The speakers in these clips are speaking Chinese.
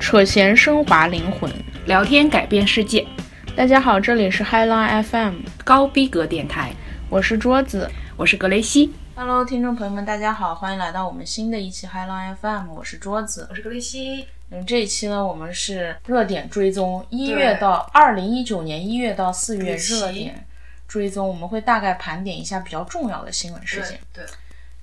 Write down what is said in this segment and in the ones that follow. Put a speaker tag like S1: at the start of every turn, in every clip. S1: 扯闲升华灵魂。
S2: 聊天改变世界，
S1: 大家好，这里是 High Line FM，
S2: 高逼格电台，
S1: 我是桌子。
S2: 我是格雷西，
S1: Hello，听众朋友们，大家好，欢迎来到我们新的一期 High Line FM，我是桌子。
S2: 我是格雷西。
S1: 嗯，这一期呢，我们是热点追踪，一
S2: 对
S1: 月到二零一九年一月到四月
S2: 追星
S1: 热点追踪，我们会大概盘点一下比较重要的新闻事件。
S2: 对，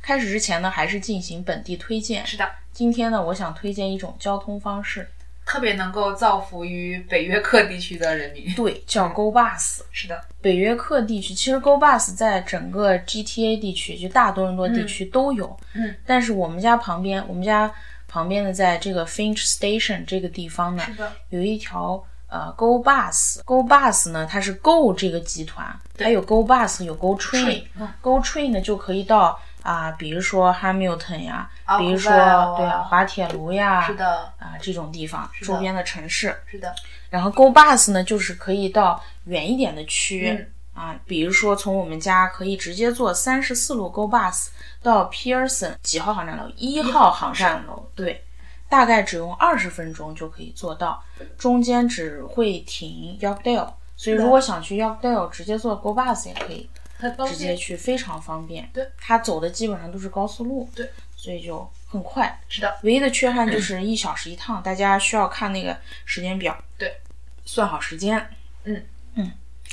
S1: 开始之前呢，还是进行本地推荐。
S2: 是的，
S1: 今天呢，我想推荐一种交通方式，
S2: 特别能够造福于北约克地区的人民。
S1: 对，叫 Go Bus。
S2: 是的，
S1: 北约克地区，其实 Go Bus 在整个 GTA 地区，就大多伦多地区都有。
S2: 嗯，
S1: 但是我们家旁边，我们家旁边的在这个 Finch Station 这个地方呢，
S2: 的，
S1: 有一条呃 Go Bus。Go Bus 呢，它是 Go 这个集团，它有 Go Bus，有 Go Train
S2: Train，嗯。
S1: Go Train 呢就可以到啊、比如说 Hamilton 呀，
S2: 啊
S1: 比如说、
S2: Corval 啊
S1: 对啊，滑铁卢呀，
S2: 是的，
S1: 啊、这种地方
S2: 是的
S1: 周边的城市。
S2: 是的，
S1: 然后 Go Bus 呢，就是可以到远一点的区、
S2: 嗯
S1: 啊，比如说从我们家可以直接坐三十四路 Go Bus 到 Pearson 几号航站楼？一号航站楼，对，大概只用二十分钟就可以坐到，中间只会停 Yorkdale，所以如果想去 Yorkdale，直接坐 Go Bus 也可以，
S2: 很方
S1: 直接。去非常方便。
S2: 对，
S1: 它走的基本上都是高速路，
S2: 对，
S1: 所以就很快。
S2: 是的，
S1: 唯一的缺憾就是一小时一趟，大家需要看那个时间表，
S2: 对，
S1: 算好时间。
S2: 嗯
S1: 嗯，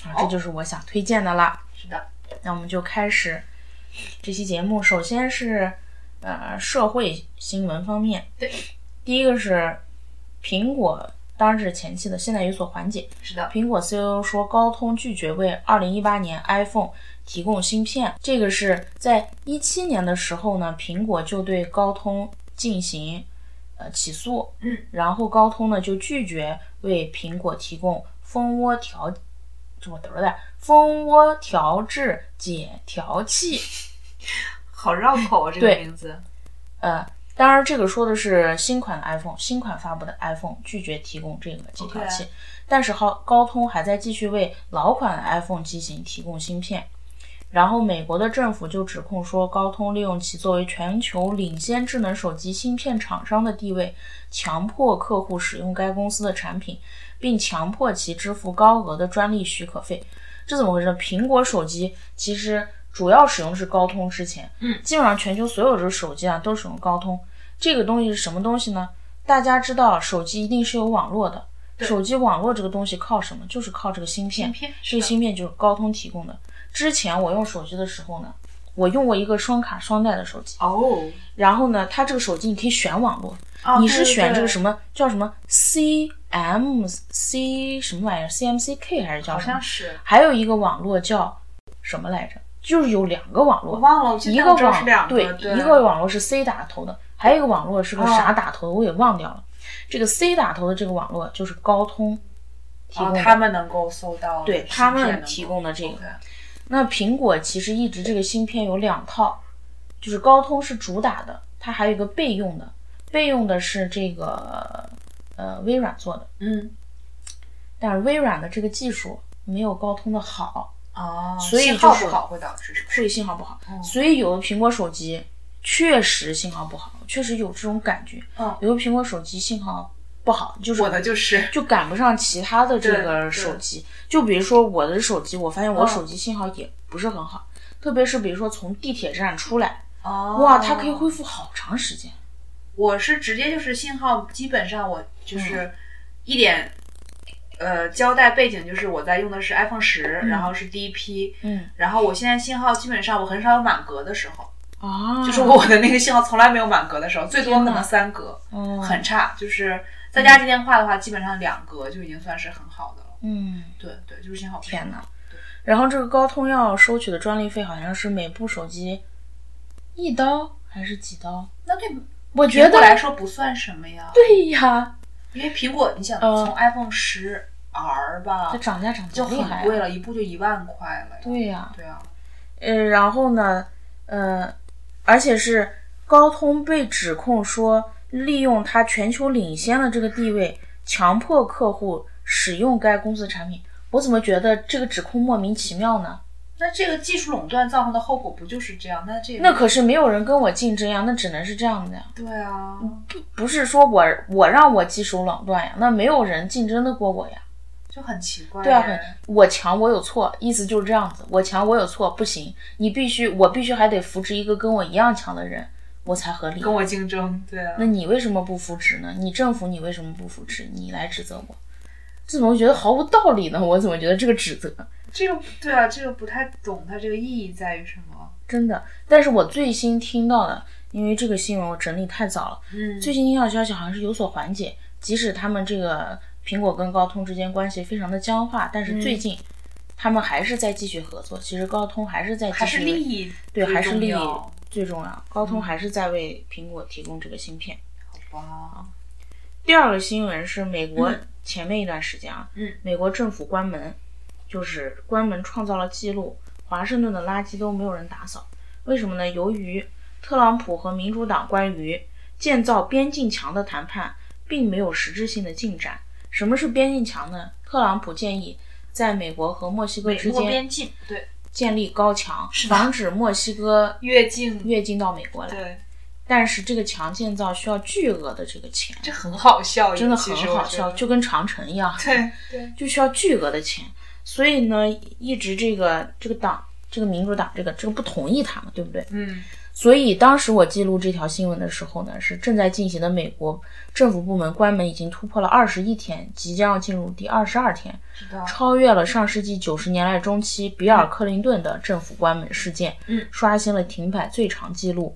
S1: 啊，这就是我想推荐的啦。
S2: 是的，
S1: 那我们就开始这期节目，首先是呃社会新闻方面，
S2: 对，
S1: 第一个是苹果当日前期的，现在有所缓解。
S2: 是的，
S1: 苹果 CEO 说，高通拒绝为2018年 iPhone 提供芯片。这个是在17年的时候呢，苹果就对高通进行呃起诉，
S2: 嗯，
S1: 然后高通呢就拒绝为苹果提供蜂窝调，这我得了点儿蜂窝调制解调器。
S2: 好绕口啊，这个
S1: 对
S2: 名字。
S1: 呃，当然这个说的是新款的 iPhone，新款发布的 iPhone 拒绝提供这个解调器但是高高通还在继续为老款的 iPhone 机型提供芯片。然后美国的政府就指控说，高通利用其作为全球领先智能手机芯片厂商的地位，强迫客户使用该公司的产品，并强迫其支付高额的专利许可费。这怎么回事？苹果手机其实主要使用的是高通之前，
S2: 嗯
S1: 基本上全球所有的手机啊都使用高通。这个东西是什么东西呢？大家知道，手机一定是有网络的。
S2: 对
S1: 手机网络这个东西靠什么？就是靠这个芯片。
S2: 芯片
S1: 这个芯片就是高通提供的。之前我用手机的时候呢，我用过一个双卡双待的手机，
S2: 哦，
S1: 然后呢，它这个手机你可以选网络，
S2: 哦
S1: 你是选这个
S2: 么？
S1: 什么叫什么 CMC 什么玩意儿 CMCK 还是叫
S2: 好
S1: 什么
S2: 像？是，
S1: 还有一个网络叫什么来着？就是有两个网
S2: 我
S1: 络，
S2: 忘了，我记得
S1: 一
S2: 当时是
S1: 网
S2: 两
S1: 对
S2: 对
S1: 一个网络是 C 打头的，还有一个网络是个
S2: 哦
S1: 啥打头的，我给忘掉了。这个 C 打头的这个网络就是高通提供
S2: 哦，
S1: 的，
S2: 他们能够搜到，
S1: 对他们提供的这个
S2: OK。
S1: 那苹果其实一直这个芯片有两套，就是高通是主打的，它还有一个备用的，备用的是这个呃微软做的，
S2: 嗯，
S1: 但是微软的这个技术没有高通的好，
S2: 哦，
S1: 所以
S2: 信号
S1: 就是
S2: 不好会导致什么？
S1: 所以信号不好，
S2: 嗯
S1: 所以有的苹果手机确实信号不好，确实有这种感觉，
S2: 嗯，
S1: 有的苹果手机信号不好，就是
S2: 我的就是
S1: 就赶不上其他的这个
S2: 对对
S1: 手机。就比如说我的手机，我发现我
S2: 嗯
S1: 手机信号也不是很好，特别是比如说从地铁站出来，
S2: 哦，
S1: 哇，它可以恢复好长时间。
S2: 我是直接就是信号，基本上我就是
S1: 嗯
S2: 一点，呃，交代背景就是我在用的是 iPhone 十、
S1: 嗯
S2: 然后是第一批，
S1: 嗯
S2: 然后我现在信号基本上我很少有满格的时候，
S1: 啊，
S2: 就是我的那个信号从来没有满格的时候，最多可能三格，
S1: 哦
S2: 很差。就是在家接电话的话，基本上两格就已经算是很好的了。
S1: 嗯，
S2: 对对，就是信号不
S1: 天
S2: 好
S1: 哪！然后这个高通要收取的专利费好像是每部手机一刀还是几刀？
S2: 那对
S1: 我觉
S2: 苹果
S1: 得
S2: 来说不算什么呀，
S1: 对呀，
S2: 因为苹果你想
S1: 嗯
S2: 从 iPhone 十 R 吧
S1: 它，涨价涨
S2: 就
S1: 得厉害
S2: 很
S1: 啊，
S2: 贵了，一部就一万块了呀。
S1: 对呀。
S2: 对啊，
S1: 呃，然后呢，呃，而且是高通被指控说利用它全球领先的这个地位，强迫客户使用该公司的产品。我怎么觉得这个指控莫名其妙呢？
S2: 那这个技术垄断造成的后果不就是这样？那这个
S1: 那可是没有人跟我竞争呀，那只能是这样的呀。
S2: 对啊，
S1: 不不是说我我让我技术垄断呀，那没有人竞争得过我呀。
S2: 就很奇怪。
S1: 对啊，很我强我有错，意思就是这样子。我强我有错不行，你必须我必须还得扶植一个跟我一样强的人，我才合理。
S2: 跟我竞争，对啊。
S1: 那你为什么不扶植呢？你政府你为什么不扶植？你来指责我，这怎么觉得毫无道理呢？我怎么觉得这个指责？
S2: 这个对啊，这个不太懂它这个意义在于什么。
S1: 真的，但是我最新听到的，因为这个新闻我整理太早了，
S2: 嗯，
S1: 最新听到的消息好像是有所缓解，即使他们这个苹果跟高通之间关系非常的僵化，但是
S2: 嗯
S1: 最近他们还是在继续合作。其实高通还是在继续
S2: 还是利益
S1: 对，还是利益
S2: 最重要嗯
S1: 最重要。高通还是在为苹果提供这个芯片。
S2: 好吧？
S1: 第二个新闻是美国
S2: 嗯
S1: 前面一段时间啊，
S2: 嗯
S1: 美国政府关门，就是关门创造了记录，华盛顿的垃圾都没有人打扫，为什么呢？由于特朗普和民主党关于建造边境墙的谈判并没有实质性的进展。什么是边境墙呢？特朗普建议在美国和墨西哥
S2: 美
S1: 之
S2: 墨
S1: 间
S2: 边境对
S1: 建立高墙，
S2: 是的
S1: 防止墨西哥
S2: 越境
S1: 越境到美国来。
S2: 对，
S1: 但是这个墙建造需要巨额的这个钱，
S2: 这很好笑，
S1: 真的
S2: 其
S1: 很
S2: 实我
S1: 好
S2: 觉
S1: 笑，
S2: 得
S1: 就跟长城一样，
S2: 对对，
S1: 就需要巨额的钱。所以呢，一直这个这个党，这个民主党，这个这个不同意他嘛，对不对？
S2: 嗯
S1: 所以当时我记录这条新闻的时候呢，是正在进行的美国政府部门关门已经突破了二十一天，即将要进入第二十二天，
S2: 知道，
S1: 超越了上世纪九十年代中期比尔·克林顿的政府关门事件，
S2: 嗯
S1: 刷新了停摆最长记录。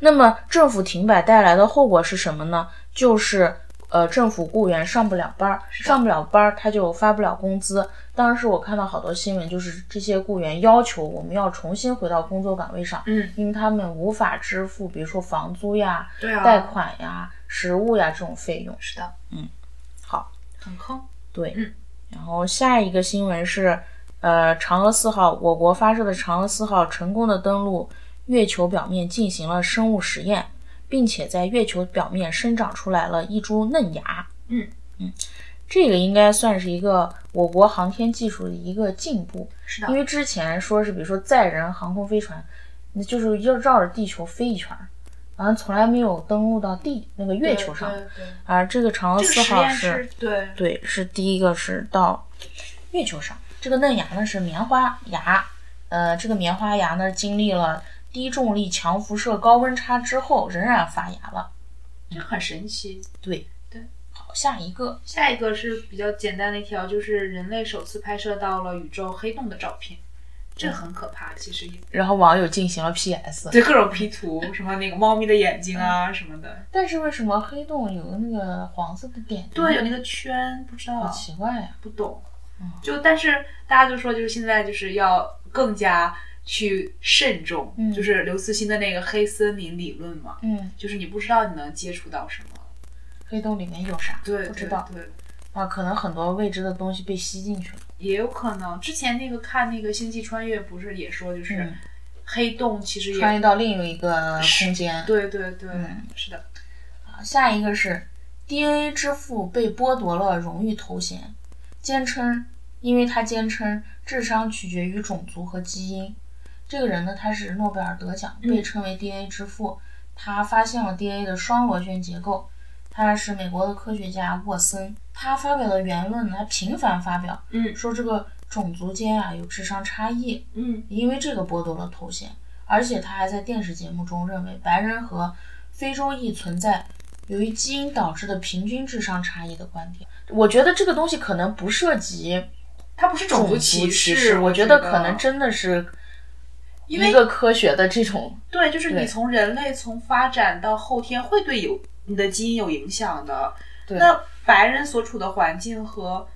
S1: 那么，政府停摆带来的后果是什么呢？就是呃，政府雇员上不了班儿，
S2: 是的
S1: 上不了班儿，他就发不了工资。当时我看到好多新闻，就是这些雇员要求我们要重新回到工作岗位上，
S2: 嗯
S1: 因为他们无法支付，比如说房租呀、
S2: 对啊，
S1: 贷款呀、食物呀这种费用。
S2: 是的，
S1: 好，
S2: 很坑，
S1: 对，
S2: 嗯
S1: 然后下一个新闻是，呃，嫦娥四号，我国发射的嫦娥四号成功的登陆月球表面进行了生物实验，并且在月球表面生长出来了一株嫩芽。
S2: 嗯
S1: 嗯，这个应该算是一个我国航天技术的一个进步，
S2: 是的
S1: 因，为之前说是比如说载人航空飞船，那就是要绕着地球飞一圈儿，然后从来没有登陆到地那个月
S2: 对
S1: 球上。
S2: 对对
S1: 而这个嫦娥
S2: 这个
S1: 四
S2: 实
S1: 号
S2: 验
S1: 是
S2: 是对
S1: 对，是第一个是到月球上。这个嫩芽呢是棉花芽，呃，这个棉花芽呢经历了低重力、强辐射、高温差之后，仍然发芽了。
S2: 这很神奇。
S1: 对
S2: 对，
S1: 好，下一个
S2: 下一个是比较简单的一条，就是人类首次拍摄到了宇宙黑洞的照片，这很可怕，其实也
S1: 然后网友进行了 PS，
S2: 对各种 P 图，什么那个猫咪的眼睛啊什么的，
S1: 但是为什么黑洞有那个黄色的点？
S2: 对，有，那个圈，不知
S1: 好
S2: 道
S1: 奇怪呀、
S2: 不懂
S1: 嗯，
S2: 就但是大家就说就是现在就是要更加去慎重，
S1: 嗯
S2: 就是刘慈欣的那个黑森林理论嘛，
S1: 嗯，
S2: 就是你不知道你能接触到什么，
S1: 黑洞里面有啥？
S2: 对，
S1: 不知道
S2: 对。对
S1: 啊，可能很多未知的东西被吸进去了。
S2: 也有可能，之前那个看那个《星际穿越》，不是也说就是
S1: 嗯
S2: 黑洞其实也
S1: 穿越到另一个
S2: 是
S1: 空间，
S2: 对对对，
S1: 嗯
S2: 是的，
S1: 下一个是 DNA 之父被剥夺了荣誉头衔，坚称，因为他坚称智商取决于种族和基因。这个人呢，他是诺贝尔得奖，
S2: 嗯
S1: 被称为 DNA 之父。他发现了 DNA 的双螺旋结构。他是美国的科学家沃森，他发表的言论呢，他频繁发表
S2: 嗯
S1: 说这个种族间啊有智商差异，
S2: 嗯，
S1: 因为这个剥夺了头衔，而且他还在电视节目中认为白人和非洲裔存在由于基因导致的平均智商差异的观点。我觉得这个东西可能不涉及
S2: 它不是种
S1: 族
S2: 歧
S1: 视，
S2: 我
S1: 我觉得可能真的是
S2: 因
S1: 一
S2: 为
S1: 个科学的这种
S2: 对，就是
S1: 对
S2: 你从人类从发展到后天会对有你的基因有影响的，
S1: 对
S2: 那白人所处的环境和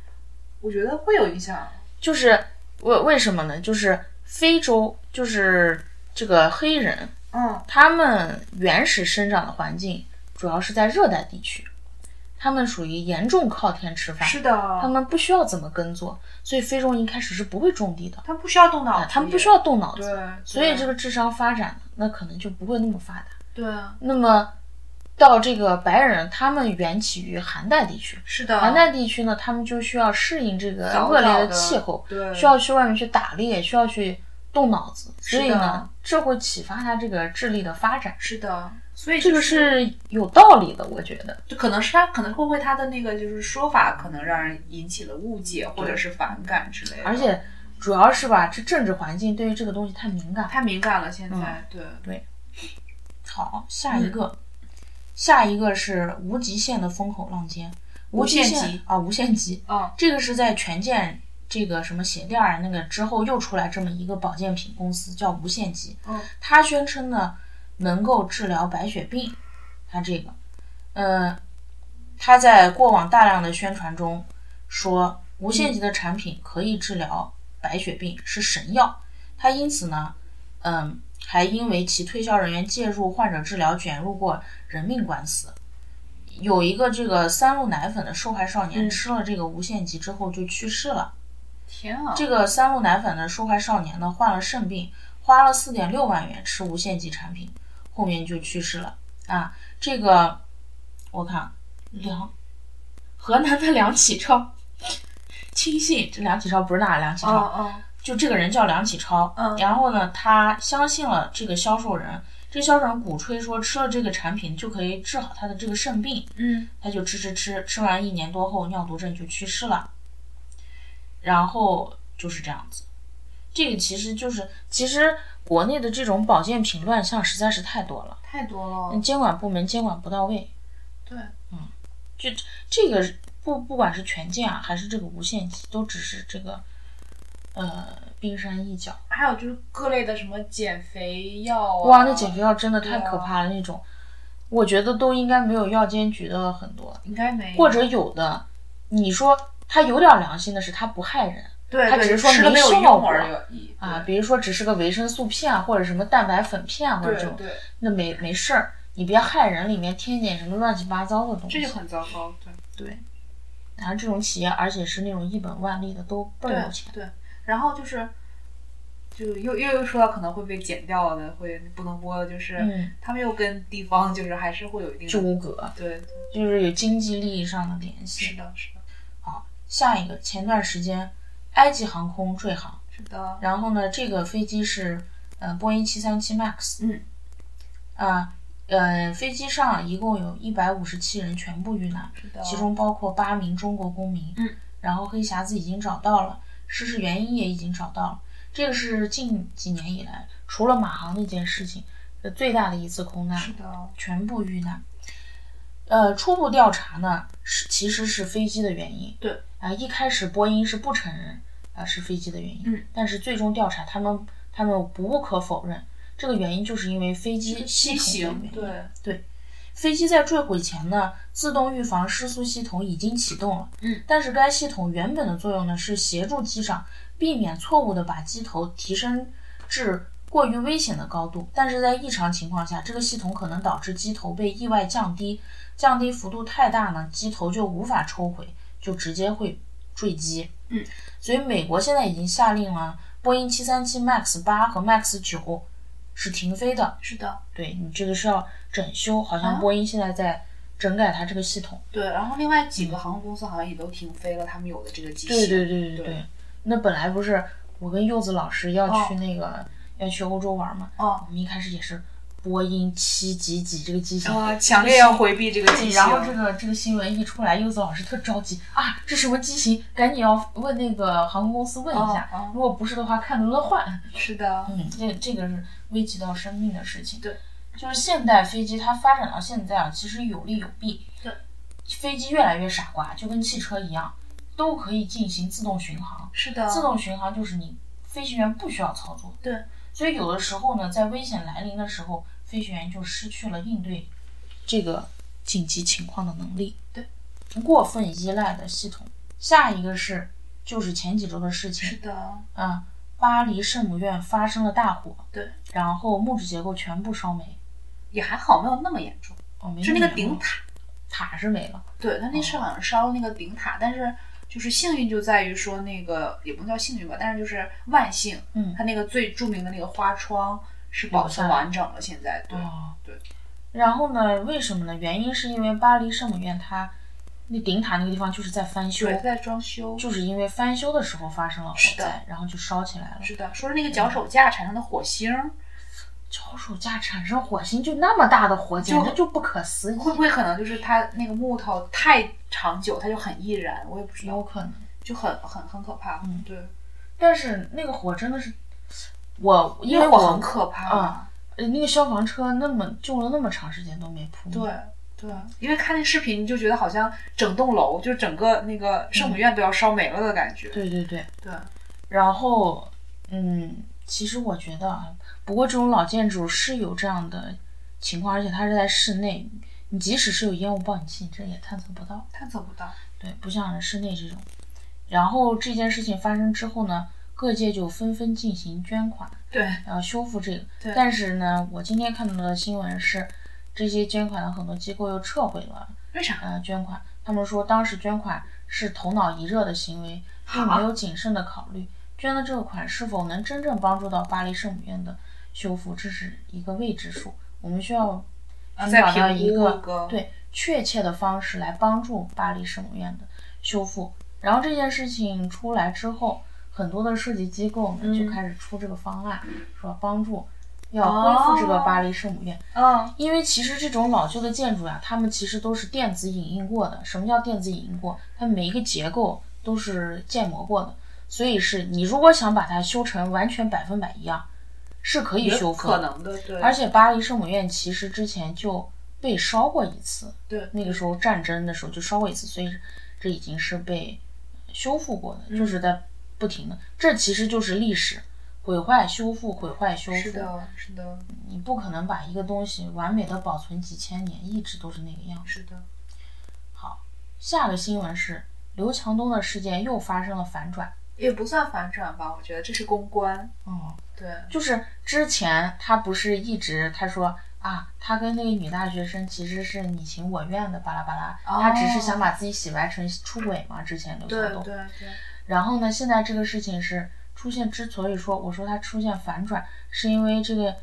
S2: 我觉得会有影响，
S1: 就是为为什么呢？就是非洲，就是这个黑人，
S2: 嗯，
S1: 他们原始生长的环境主要是在热带地区，他们属于严重靠天吃饭。
S2: 是的，
S1: 他们不需要怎么耕作，所以非洲人一开始是不会种地的，
S2: 他们不需要动脑
S1: 啊
S2: 子，
S1: 他们不需要动脑
S2: 哦对，
S1: 子，
S2: 对
S1: 所以这个智商发展那可能就不会那么发达。
S2: 对啊，
S1: 那么到这个白人，他们缘起于寒带地区。
S2: 是的，
S1: 寒带地区呢，他们就需要适应这个
S2: 嗯早
S1: 恶劣
S2: 早
S1: 的
S2: 的
S1: 气候，
S2: 对
S1: 需要去外面去打猎，需要去动脑子，所
S2: 是
S1: 以呢
S2: 的，
S1: 这会启发他这个智力的发展，
S2: 是的，所以
S1: 这
S2: 就
S1: 个是有道理的，我觉得。
S2: 就可能是他可能会不会他的那个就是说法，可能让人引起了误解或者是反感之类的。
S1: 而且主要是吧，这政治环境对于这个东西太敏感。
S2: 太敏感了，现
S1: 嗯
S2: 在、对
S1: 好，下
S2: 嗯
S1: 一个，下一个是无极限的风口浪尖，
S2: 无
S1: 极
S2: 限
S1: 限
S2: 极
S1: 啊，无限极，
S2: 嗯，
S1: 这个是在权健这个什么鞋垫儿啊那个之后又出来这么一个保健品公司叫无限极，
S2: 嗯，
S1: 它宣称呢能够治疗白血病，它这个，呃，它在过往大量的宣传中说无限极的产品可以治疗白血病，是神药，它因此呢，嗯，还因为其推销人员介入患者治疗卷入过人命官司。有一个这个三鹿奶粉的受害少年
S2: 嗯
S1: 吃了这个无限极之后就去世了。
S2: 天啊，
S1: 这个三鹿奶粉的受害少年呢患了肾病，花了四点六万元吃无限极产品，后面就去世了啊。这个我看梁，河南的梁启超，轻信这梁启超不是那梁启
S2: 哦
S1: 超，
S2: 哦，
S1: 就这个人叫梁启超，
S2: 嗯
S1: 然后呢，他相信了这个销售人，这销售人鼓吹说吃了这个产品就可以治好他的这个肾病，
S2: 嗯
S1: 他就吃吃吃，吃完一年多后尿毒症就去世了。然后就是这样子，这个其实就是，其实国内的这种保健品乱象实在是太多了，
S2: 太多了，
S1: 嗯监管部门监管不到位。
S2: 对，
S1: 就这个不不管是权健啊，还是这个无限极，都只是这个呃冰山一角。
S2: 还有就是各类的什么减肥药啊，
S1: 哇，那减肥药真的太
S2: 对啊
S1: 可怕了，那种，我觉得都应该没有药监局的很多，
S2: 应该没有，
S1: 或者有的，你说它有点良心的是它不害人
S2: 对，
S1: 他
S2: 对
S1: 只是说
S2: 吃了
S1: 没
S2: 没有
S1: 效
S2: 用
S1: 果
S2: 而已
S1: 啊，比如说只是个维生素片啊或者什么蛋白粉片啊或
S2: 对
S1: 者这
S2: 对
S1: 种，
S2: 对，
S1: 那没没事儿，你别害人，里面添点什么乱七八糟的东
S2: 这
S1: 西
S2: 就，很糟糕，对。
S1: 对。然后这种企业，而且是那种一本万利的，都倍儿有钱。
S2: 对，然后就是，就又又又说到可能会被剪掉的，会不能播的，就是、
S1: 嗯，
S2: 他们又跟地方就是还是会有一定的
S1: 纠葛
S2: 对，
S1: 就是有经济利益上的联
S2: 是
S1: 系。
S2: 的，是的，
S1: 下一个，前段时间，埃及航空坠航，
S2: 是的，
S1: 然后呢，这个飞机是呃波音七三七 MAX，
S2: 嗯，
S1: 啊、呃，飞机上一共有一百五十七人全部遇难，
S2: 是的，
S1: 其中包括八名中国公民，
S2: 嗯，
S1: 然后黑匣子已经找到了，失事原因也已经找到了，这个是近几年以来除了马航那件事情，呃，最大的一次空难，
S2: 是的，
S1: 全部遇难。呃，初步调查呢是其实是飞机的原因。
S2: 对
S1: 啊、一开始波音是不承认啊、是飞机的原因，
S2: 嗯
S1: 但是最终调查他们他们不无可否认，这个原因就是因为飞机系
S2: 西
S1: 统的
S2: 行
S1: 原因。
S2: 对，
S1: 飞机在坠毁前呢，自动预防失速系统已经启动了。
S2: 嗯，
S1: 但是该系统原本的作用呢是协助机长避免错误的把机头提升至过于危险的高度，但是在异常情况下，这个系统可能导致机头被意外降低，降低幅度太大呢，机头就无法抽回，就直接会坠机。
S2: 嗯，
S1: 所以美国现在已经下令了，波音737 MAX 八和 MAX 九是停飞的。
S2: 是的，
S1: 对你这个是要整修，好像
S2: 啊
S1: 波音现在在整改它这个系统。
S2: 对。然后另外几个航空公司好像也都停飞了，他们有的这个机
S1: 对
S2: 型，
S1: 对对对对。那本来不是我跟柚子老师要
S2: 哦
S1: 去那个、要去欧洲玩嘛，
S2: 哦
S1: 我，们一开始也是波音七几几这个机型。
S2: 呃，强烈要回避这个
S1: 对
S2: 机型，
S1: 然后这个这个新闻一出来，柚子老师特着急啊，这什么机型？赶紧要问那个航空公司问一下，
S2: 哦哦
S1: 如果不是的话，看能不能换。
S2: 是的，
S1: 嗯，这这个是危及到生命的事情。
S2: 对，
S1: 就是现代飞机它发展到现在啊，其实有利有弊。
S2: 对，
S1: 飞机越来越傻瓜，就跟汽车一样，都可以进行自动巡航。
S2: 是的，
S1: 自动巡航就是你飞行员不需要操作。
S2: 对，
S1: 所以有的时候呢，在危险来临的时候，飞行员就失去了应对这个紧急情况的能力。
S2: 对，
S1: 过分依赖的系统。下一个是，就是前几周的事情
S2: 是，的，
S1: 啊，巴黎圣母院发生了大火，
S2: 对，
S1: 然后木质结构全部烧没，
S2: 也还好，没有那么严重，
S1: 哦，没
S2: 是那个
S1: 么严
S2: 顶
S1: 重
S2: 塔。
S1: 塔是没了，
S2: 对，他那是好像烧了那个顶塔，但是就是幸运就在于说那个也不能叫幸运吧，但是就是万幸，
S1: 嗯
S2: 他那个最著名的那个花窗是
S1: 留
S2: 保存
S1: 下来
S2: 完整了，现在对，
S1: 哦，
S2: 对。
S1: 然后呢，为什么呢？原因是因为巴黎圣母院它那顶塔那个地方就是在翻修，
S2: 对，在装修。
S1: 就是因为翻修的时候发生了火
S2: 是的
S1: 灾，然后就烧起来了。
S2: 是的，说是那个脚手架产生的火星，
S1: 脚手架产生火星，就那么大的火，简直就不可思议。
S2: 会不会可能就是它那个木头太长久，它就很易燃？我也不知道，
S1: 有可能，
S2: 就很很很可怕。
S1: 嗯
S2: 对，
S1: 但是那个火真的是，我因为
S2: 火
S1: 我
S2: 很可怕。
S1: 啊呃那个消防车那么救了那么长时间都没扑灭。
S2: 对对，因为看那视频就觉得好像整栋楼，就是整个那个圣母院都要烧没了的感觉。
S1: 对对嗯对，
S2: 对，
S1: 然后嗯，其实我觉得，啊，不过这种老建筑是有这样的情况，而且它是在室内，你即使是有烟雾报警器，你这也探测不到。
S2: 探测不到。
S1: 对，不像室内这种。然后这件事情发生之后呢，各界就纷纷进行捐款，
S2: 对，
S1: 然后修复这个
S2: 对。
S1: 但是呢，我今天看到的新闻是，这些捐款的很多机构又撤回了
S2: 为啥？
S1: 呃捐款，他们说当时捐款是头脑一热的行为，并没有谨慎的考虑捐的这个款是否能真正帮助到巴黎圣母院的修复，这是一个未知数。我们需要
S2: 啊
S1: 寻
S2: 再
S1: 找到
S2: 评
S1: 一
S2: 估
S1: 个
S2: 一个
S1: 对确切的方式来帮助巴黎圣母院的修复。然后这件事情出来之后，很多的设计机构呢、
S2: 嗯
S1: 就开始出这个方案，说帮助要恢复这个
S2: 哦
S1: 巴黎圣母院。
S2: 嗯，
S1: 因为其实这种老旧的建筑呀、它们其实都是电子影印过的。什么叫电子影印过？它每一个结构都是建模过的，所以是你如果想把它修成完全百分百一样，是可以
S2: 有
S1: 修复
S2: 可
S1: 的。
S2: 能的，对，
S1: 而且巴黎圣母院其实之前就被烧过一次，
S2: 对
S1: 那个时候战争的时候就烧过一次，所以这已经是被修复过的，
S2: 嗯
S1: 就是在不停的。这其实就是历史毁坏、修复、毁坏、修复。
S2: 是的，是的，
S1: 你不可能把一个东西完美的保存几千年，一直都是那个样子。
S2: 是的，
S1: 下个新闻是刘强东的事件又发生了反转。
S2: 也不算反转吧，我觉得这是公关，
S1: 哦，
S2: 对，
S1: 就是之前他不是一直他说啊，他跟那个女大学生其实是你情我愿的，巴拉巴拉，
S2: 哦
S1: 他只是想把自己洗白成出轨嘛。之前刘
S2: 对
S1: 强东，
S2: 对对，
S1: 然后呢，现在这个事情是出现，之所以说我说它出现反转，是因为这个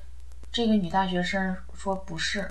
S1: 这个女大学生说不是，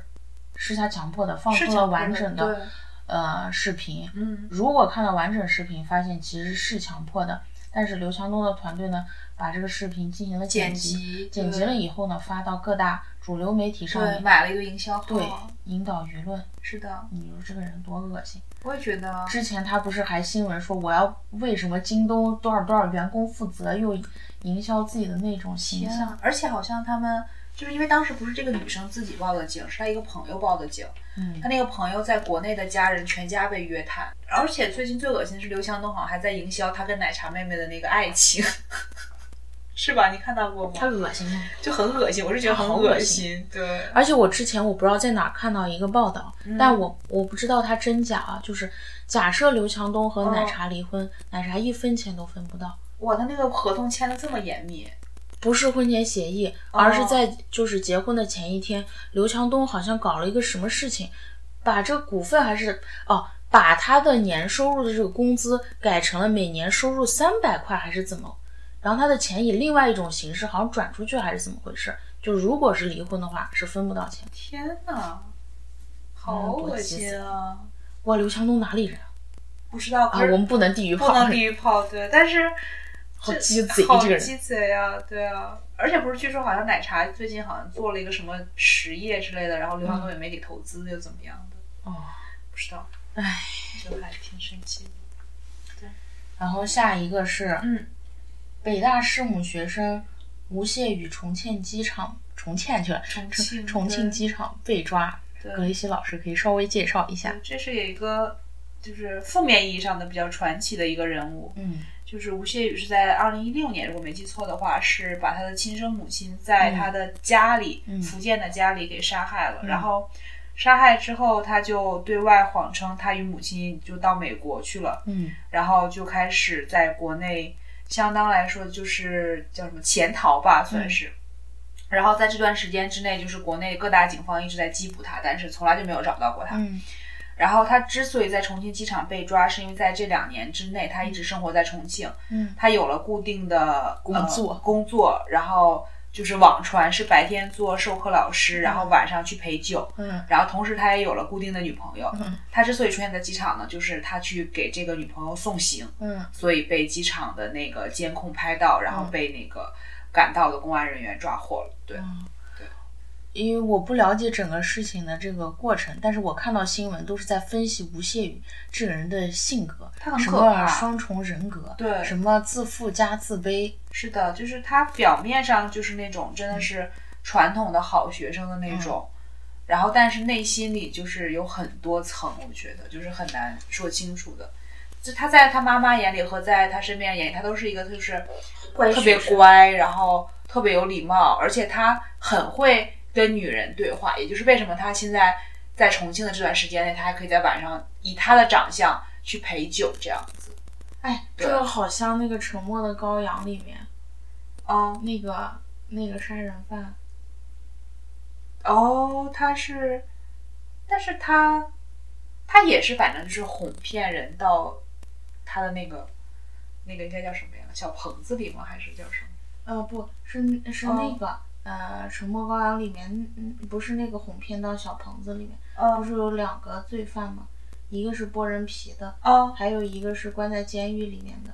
S1: 是她强迫的，放
S2: 是
S1: 出了
S2: 讲
S1: 完
S2: 过
S1: 整的
S2: 对，
S1: 呃视频。
S2: 嗯，
S1: 如果看到完整视频，发现其实是强迫的，但是刘强东的团队呢，把这个视频进行了
S2: 剪
S1: 辑，
S2: 辑，
S1: 剪辑
S2: 对
S1: 了以后呢，发到各大主流媒体上
S2: 对，哦
S1: 面，
S2: 买了一个营销号，
S1: 对，引导舆论。
S2: 是的，
S1: 你说这个人多恶心！
S2: 我也觉得，
S1: 之前他不是还新闻说我要为什么京东多少多少员工负责，又营销自己的那种形
S2: 天
S1: 象，
S2: 啊！而且好像他们就是因为当时不是这个女生自己报的警，是她一个朋友报的警，
S1: 嗯
S2: 她那个朋友在国内的家人全家被约谈，而且最近最恶心的是刘强东好像还在营销他跟奶茶妹妹的那个爱情， 是吧？你看到过
S1: 他
S2: 吗？
S1: 恶心吗？
S2: 就很恶心，我是觉得很
S1: 很恶
S2: 恶心，对，
S1: 而且我之前我不知道在哪儿看到一个报道，
S2: 嗯
S1: 但我我不知道它真假啊。就是假设刘强东和
S2: 哦
S1: 奶茶离婚，奶茶一分钱都分不到，
S2: 哇，他那个合同签的这么严密，
S1: 不是婚前协议，
S2: 哦
S1: 而是在就是结婚的前一天，刘强东好像搞了一个什么事情，把这股份还是哦。把他的年收入的这个工资改成了每年收入三百块还是怎么，然后他的钱以另外一种形式好像转出去还是怎么回事？就如果是离婚的话是分不到钱的。
S2: 天哪，
S1: 嗯
S2: 好恶心啊！
S1: 哇，刘强东哪里人？
S2: 不知道，
S1: 啊，
S2: 可是
S1: 我们不能地狱
S2: 不
S1: 炮，
S2: 能地狱炮，对，但是
S1: 好
S2: 这
S1: 鸡贼
S2: 好
S1: 这个人。
S2: 鸡贼呀、对啊，而且不是，据说好像奶茶最近好像做了一个什么实业之类的，然后
S1: 嗯
S2: 刘强东也没给投资，又怎么样的，
S1: 哦，
S2: 不知道，
S1: 唉，
S2: 就还挺生气的。
S1: 然后下一个是
S2: 嗯，
S1: 北大师母学生吴谢宇重庆机场，重庆去了，
S2: 重庆
S1: 重重庆机场被抓。
S2: 对
S1: 格雷西老师可以稍微介绍一下
S2: 对。这是有一个就是负面意义上的比较传奇的一个人物，
S1: 嗯
S2: 就是吴谢宇是在二零一六年，如果没记错的话，是把他的亲生母亲在
S1: 嗯
S2: 他的家里，
S1: 嗯
S2: 福建的家里给杀害了，
S1: 嗯
S2: 然后杀害之后，他就对外谎称他与母亲就到美国去了，
S1: 嗯
S2: 然后就开始在国内，相当来说就是叫什么潜逃吧，
S1: 嗯
S2: 算是。然后在这段时间之内，就是国内各大警方一直在缉捕他，但是从来就没有找到过他。
S1: 嗯
S2: 然后他之所以在重庆机场被抓，是因为在这两年之内，他一直生活在重庆，
S1: 嗯
S2: 他有了固定的
S1: 工作
S2: 呃工作，然后就是网传是白天做授课老师，然后晚上去陪酒，
S1: 嗯
S2: 然后同时他也有了固定的女朋友。
S1: 嗯
S2: 他之所以出现在机场呢，就是他去给这个女朋友送行，
S1: 嗯
S2: 所以被机场的那个监控拍到，然后被那个赶到的公安人员抓获了。
S1: 嗯
S2: 对，
S1: 因为我不了解整个事情的这个过程，但是我看到新闻都是在分析吴谢宇这个人的性格，
S2: 他很
S1: 什
S2: 可
S1: 么
S2: 怕
S1: 双重人格，
S2: 对
S1: 什么自负加自卑，
S2: 是的，就是他表面上就是那种真的
S1: 嗯
S2: 是传统的好学生的那种，然后但是内心里就是有很多层，我觉得就是很难说清楚的。就他在他妈妈眼里和在他身边眼里，他都是一个就是
S1: 乖
S2: 特别
S1: 学生
S2: 乖，然后特别有礼貌，而且他很会跟女人对话，也就是为什么他现在在重庆的这段时间内，他还可以在晚上以他的长相去陪酒这样子。
S1: 哎，这
S2: 对
S1: 个好像那个《沉默的羔羊》里面
S2: 嗯，
S1: 那个那个杀人犯，
S2: 哦，他是，但是他他也是，反正就是哄骗人到他的那个那个应该叫什么呀？小棚子里吗？还是叫什么？
S1: 呃，不是是
S2: 哦
S1: 那个、呃，《沉默羔羊》里面，嗯，不是那个哄骗到小棚子里面，不
S2: 嗯
S1: 是有两个罪犯吗？一个是剥人皮的，
S2: 哦，
S1: 还有一个是关在监狱里面的，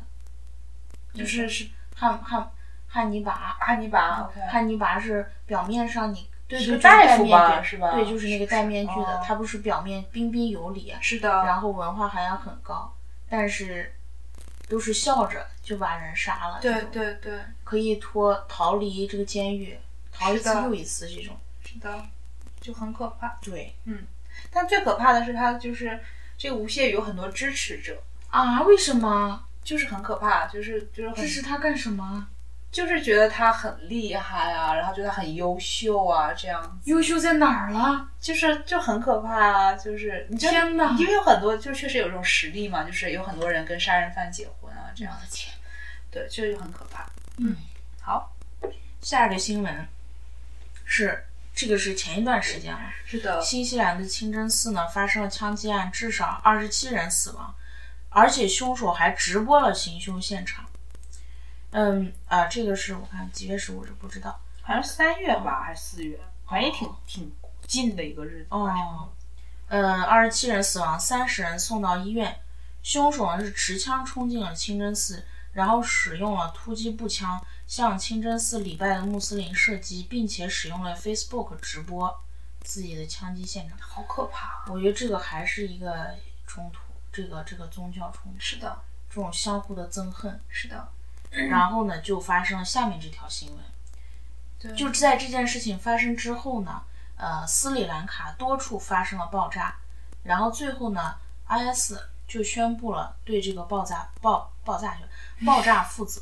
S1: 嗯
S2: 就是是
S1: 汉汉汉尼拔。
S2: 汉尼拔，OK，
S1: 汉尼拔是表面上你
S2: 对
S1: 是
S2: 那个
S1: 就是
S2: 大
S1: 戴
S2: 夫
S1: 面
S2: 吧
S1: 具
S2: 是吧
S1: 对，就是那个
S2: 是
S1: 戴
S2: 是
S1: 面具的
S2: 哦，
S1: 他不是表面彬彬有礼，
S2: 是的，
S1: 然后文化涵养很高，但是都是笑着就把人杀了，
S2: 对，对对，
S1: 可以脱逃离这个监狱，逃一
S2: 是
S1: 次
S2: 的
S1: 又一次这种，
S2: 是的，就很可怕。
S1: 对
S2: 但最可怕的是，他就是这个吴谢宇有很多支持者，
S1: 啊，为什么？
S2: 就是很可怕，就是就是很
S1: 支持他干什么？
S2: 就是觉得他很厉害啊，然后觉得他很优秀啊，这样子。
S1: 优秀在哪儿了？
S2: 就是就很可怕啊！就是你就
S1: 天哪
S2: 因为有很多就确实有这种实例嘛，就是有很多人跟杀人犯结婚啊，这样
S1: 我的天！
S2: 对，这就很可怕。
S1: 嗯，
S2: 好，
S1: 下一个新闻是这个是前一段时间了，
S2: 是的，
S1: 新西兰的清真寺呢发生了枪击案，至少二十七人死亡，而且凶手还直播了行凶现场。嗯啊、这个是我看几月十五日不知道
S2: 好像是三月吧，还是四月，反正也挺挺近的一个日子。
S1: 哦。嗯，二十七人死亡，三十人送到医院。凶手呢是持枪冲进了清真寺，然后使用了突击步枪向清真寺礼拜的穆斯林射击，并且使用了 Facebook 直播自己的枪击现场。
S2: 好可怕！啊
S1: 我觉得这个还是一个冲突，这个这个宗教冲突，
S2: 是的，
S1: 这种相互的憎恨。
S2: 是的，
S1: 然后呢，就发生了下面这条新闻。
S2: 对，
S1: 就在这件事情发生之后呢，呃，斯里兰卡多处发生了爆炸，然后最后呢，IS 就宣布了对这个爆炸爆爆炸去了爆炸负责。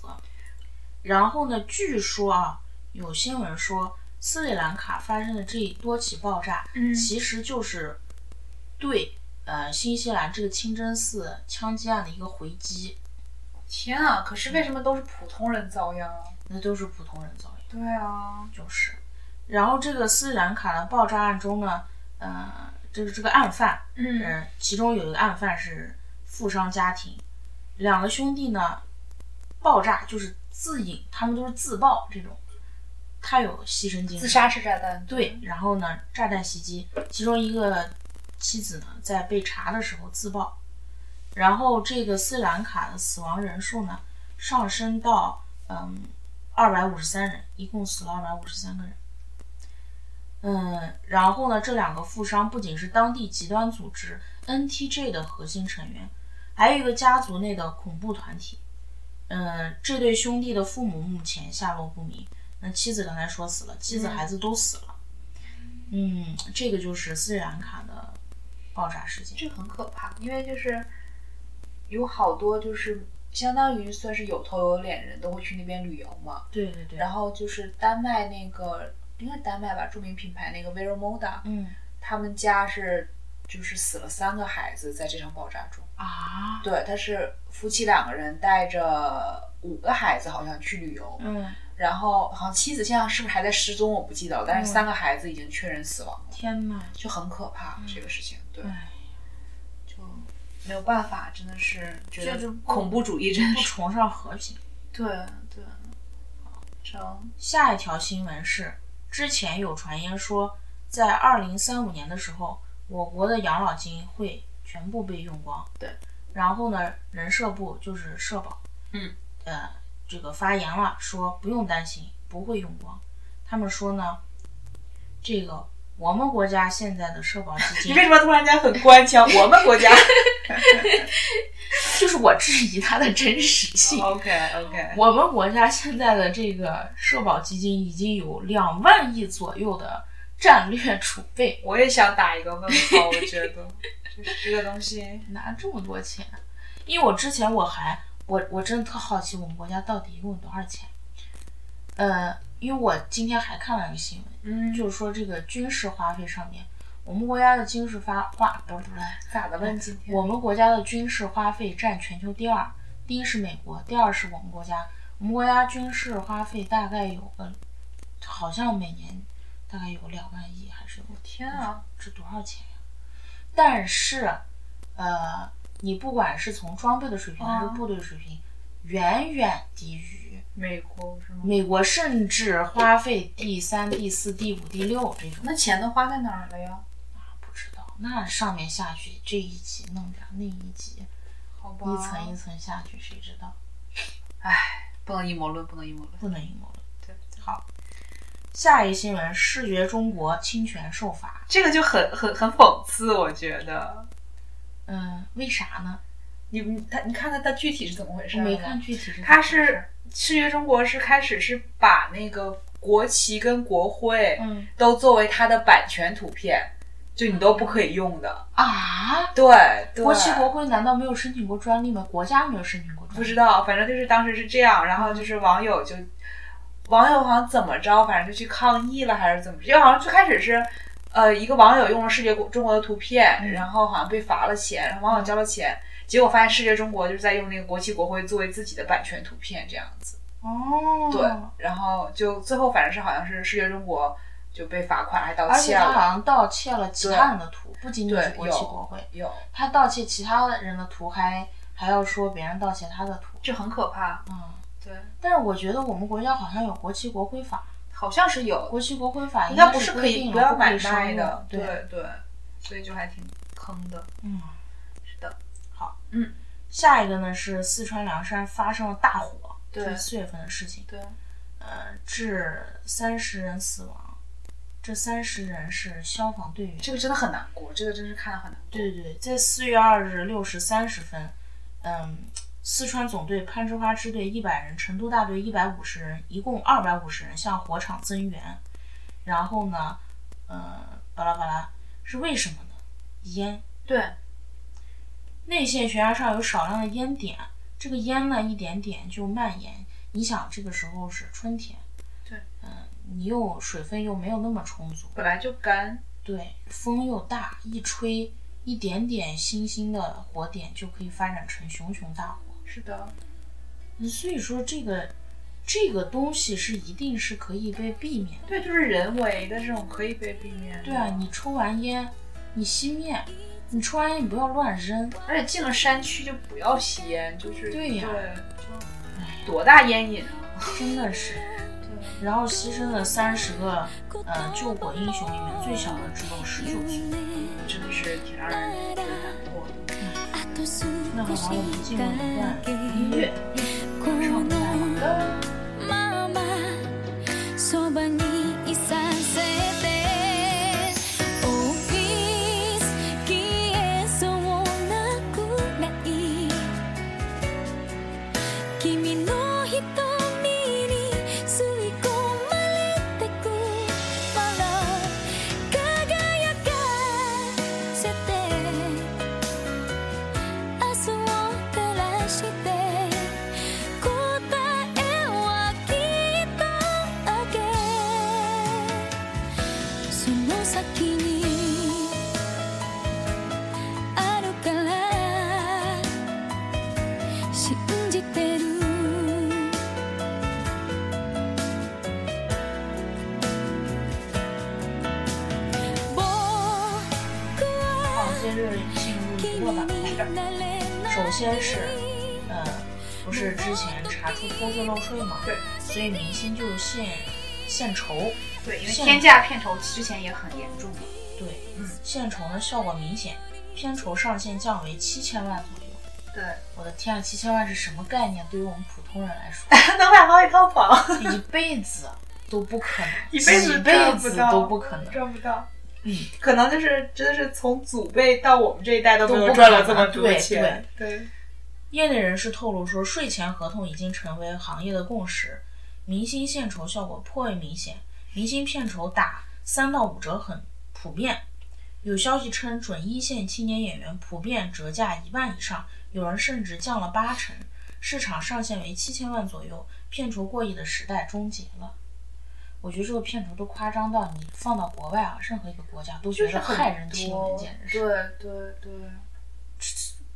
S1: 然后呢，据说啊，有新闻说斯里兰卡发生的这一多起爆炸，
S2: 嗯
S1: 其实就是对呃新西兰这个清真寺枪击案的一个回击，
S2: 天啊！可是为什么都是普通人遭殃啊？
S1: 那都是普通人遭遇。
S2: 对啊，
S1: 就是。然后这个斯里兰卡的爆炸案中呢，呃，这个这个案犯，
S2: 嗯，
S1: 呃，其中有一个案犯是富商家庭，两个兄弟呢，爆炸就是自引，他们都是自爆这种，他有牺牲精
S2: 自
S1: 神，
S2: 杀式炸弹，
S1: 对，然后呢，炸弹袭击，其中一个妻子呢在被查的时候自爆，然后这个斯里兰卡的死亡人数呢上升到嗯二百五十三人，一共死了二百五十三个人。嗯，然后呢，这两个富商不仅是当地极端组织 NTJ 的核心成员，还有一个家族内的恐怖团体。嗯，这对兄弟的父母目前下落不明。那妻子刚才说死了，妻子孩子都死了。嗯，这个就是斯里兰卡的爆炸事件。
S2: 这很可怕，因为就是有好多就是相当于算是有头有脸人都会去那边旅游嘛。
S1: 对对对，
S2: 然后就是丹麦那个应该是丹麦吧，著名品牌那个 Vero Moda，
S1: 嗯
S2: 他们家是就是死了三个孩子在这场爆炸中。
S1: 啊，
S2: 对，他是夫妻两个人带着五个孩子好像去旅游，
S1: 嗯，
S2: 然后好像妻子现在是不是还在失踪，我不记得了，但
S1: 嗯
S2: 是三个孩子已经确认死亡了，
S1: 天哪，
S2: 就很可怕、这个事情。对。
S1: 哎，
S2: 就没有办法，真的是觉
S1: 这
S2: 得
S1: 就不
S2: 恐怖主义真
S1: 不
S2: 是
S1: 崇尚和平。
S2: 对对。成
S1: 下一条新闻是，之前有传言说，在二零三五年的时候，我国的养老金会全部被用光。
S2: 对。
S1: 然后呢，人社部就是社保，
S2: 嗯，
S1: 呃，这个发言了，说不用担心，不会用光。他们说呢，这个我们国家现在的社保基
S2: 你
S1: 金
S2: 为，什么突然间很官 腔？我们国家
S1: 就是我质疑它的真实性。
S2: OK OK，
S1: 我们国家现在的这个社保基金已经有两万亿左右的战略储备，
S2: 我也想打一个问号，我觉得就是 这个东西，
S1: 拿这么多钱，因为我之前我还我我真的特好奇我们国家到底一共有多少钱，呃，因为我今天还看了一个新闻，
S2: 嗯
S1: 就是说这个军事花费上面，我们国家的军事发花不是不是，
S2: 咋的问今天？
S1: 我们国家的军事花费占全球第二，第一是美国，第二是我们国家。我们国家军事花费大概有个，好像每年大概有两万亿，还是有
S2: 天啊！
S1: 这多少钱呀、但是，呃，你不管是从装备的水平还是
S2: 啊
S1: 部队的水平，远远低于
S2: 美国是吗？
S1: 美国，甚至花费第三、第四、第五、第六这种。
S2: 那钱都花在哪儿了呀？
S1: 不知道，那上面下去这一级弄点儿，那一级
S2: 好吧，
S1: 一层一层下去，谁知道？
S2: 不能阴谋论，不能阴谋论。
S1: 不能阴谋论。
S2: 对，
S1: 下一新闻：视觉中国侵权受罚。
S2: 这个就很很很讽刺，我觉得。
S1: 嗯，为啥呢？
S2: 你你他你看看他具体是怎么回事啊
S1: 我
S2: 儿
S1: 没
S2: 吗
S1: 看具体是怎么
S2: 他
S1: 回事
S2: 是视觉中国是开始是把那个国旗跟国徽
S1: 嗯
S2: 都作为它的版权图片，就你都不可以用的。
S1: 啊，
S2: 对，对
S1: 国旗国徽难道没有申请过专利吗？国家没有申请过专
S2: 不
S1: 利。
S2: 知道，反正就是当时是这样，然后就是网友就，网友好像怎么着，反正就去抗议了还是怎么着，就好像最开始是，呃，一个网友用了视觉中国的图片，
S1: 嗯
S2: 然后好像被罚了钱，然后网友交了钱，结果发现视觉中国就是在用那个国旗国徽作为自己的版权图片这样子，
S1: 哦，
S2: 对，然后就最后反正是好像是视觉中国就被罚款还盗
S1: 而且
S2: 窃
S1: 他好
S2: 了，
S1: 像盗窃了其他人的图，不仅仅是
S2: 对
S1: 国旗
S2: 有
S1: 国徽，
S2: 有，
S1: 他盗窃其他人的图还还要说别人盗窃他的图。
S2: 这很可怕，
S1: 嗯，
S2: 对，
S1: 但是我觉得我们国家好像有国旗国徽法，
S2: 好像是有，
S1: 国旗国徽法
S2: 应
S1: 该
S2: 该不是可
S1: 规
S2: 以
S1: 定
S2: 不
S1: 了
S2: 要
S1: 不可
S2: 买
S1: 以商
S2: 卖
S1: 用
S2: 的，
S1: 对，
S2: 对，所以就还挺坑的。
S1: 嗯。
S2: 是的，
S1: 好，
S2: 嗯，
S1: 下一个呢是四川凉山发生了大火，
S2: 对
S1: 这是四月份的事情，
S2: 对，
S1: 呃，致三十人死亡，这三十人是消防队员。
S2: 这个真的很难过，这个真是看了很难过。
S1: 对对对，在四月二日六时三十分，嗯，四川总队攀枝花支队一百人，成都大队一百五十人，一共二百五十人向火场增援。然后呢，呃，巴拉巴拉，是为什么呢？烟，
S2: 对，
S1: 内线悬崖上有少量的烟点，这个烟呢一点点就蔓延。你想，这个时候是春天，
S2: 对，
S1: 嗯、你又水分又没有那么充足，
S2: 本来就干，
S1: 对，风又大，一吹一点点星星的火点就可以发展成熊熊大火。
S2: 是的，
S1: 嗯所以说这个这个东西是一定是可以被避免的。
S2: 对，就是人为的这种可以被避免。
S1: 对啊，，你抽完烟，你熄灭，你抽完烟你不要乱扔，
S2: 而且进了山区就不要吸烟，就是
S1: 对呀
S2: 对就多大烟瘾啊！
S1: 真的是。然后牺牲了三十个，呃，救火英雄里面最小的只有十九岁。
S2: 真的是挺让人觉得难过的。
S1: 那好吧，我们进入一段音乐，之后我们再聊
S3: Mama, そばにいさせて Oh please 消えそうなくらい君の瞳に吸い込まれてく My love 輝かせて明日を照らして「答えはきっとあげ」「その先にあるから」「信じてる」「僕
S1: 好
S3: は，
S1: 接着进入娱
S3: 君
S1: 乐板块。
S3: になれない」
S1: 首先是，呃，不是之前查出偷税漏税嘛，
S2: 对，
S1: 所以明星就是现现筹，
S2: 对，因为
S1: 现
S2: 天价片酬之前也很严重嘛。
S1: 对，
S2: 嗯
S1: 现筹呢效果明显，片酬上限降为七千万左右。
S2: 对，
S1: 我的天啊，七千万是什么概念？对于我们普通人来说，
S2: 能买好几套房，
S1: 一辈子都不可能，
S2: 一辈子
S1: 几
S2: 赚
S1: 辈
S2: 不
S1: 子
S2: 到，
S1: 都不可能。
S2: 赚不到。
S1: 嗯，
S2: 可能就是真的是从祖辈到我们这一代都没
S1: 都
S2: 有
S1: 不
S2: 赚了
S1: 可
S2: 这
S1: 能
S2: 么多
S1: 对
S2: 钱。对，
S1: 业内人士透露说，税前合同已经成为行业的共识，明星献酬效果颇为明显，明星片酬打三到五折很普遍。有消息称，准一线青年演员普遍折价一万以上，有人甚至降了八成。市场上限为七千万左右，片酬过亿的时代终结了。我觉得这个片酬都夸张到你放到国外啊，任何一个国家都觉
S2: 就是
S1: 得
S2: 很
S1: 骇人听闻，
S2: 多
S1: 简直
S2: 对
S1: 是
S2: 对对，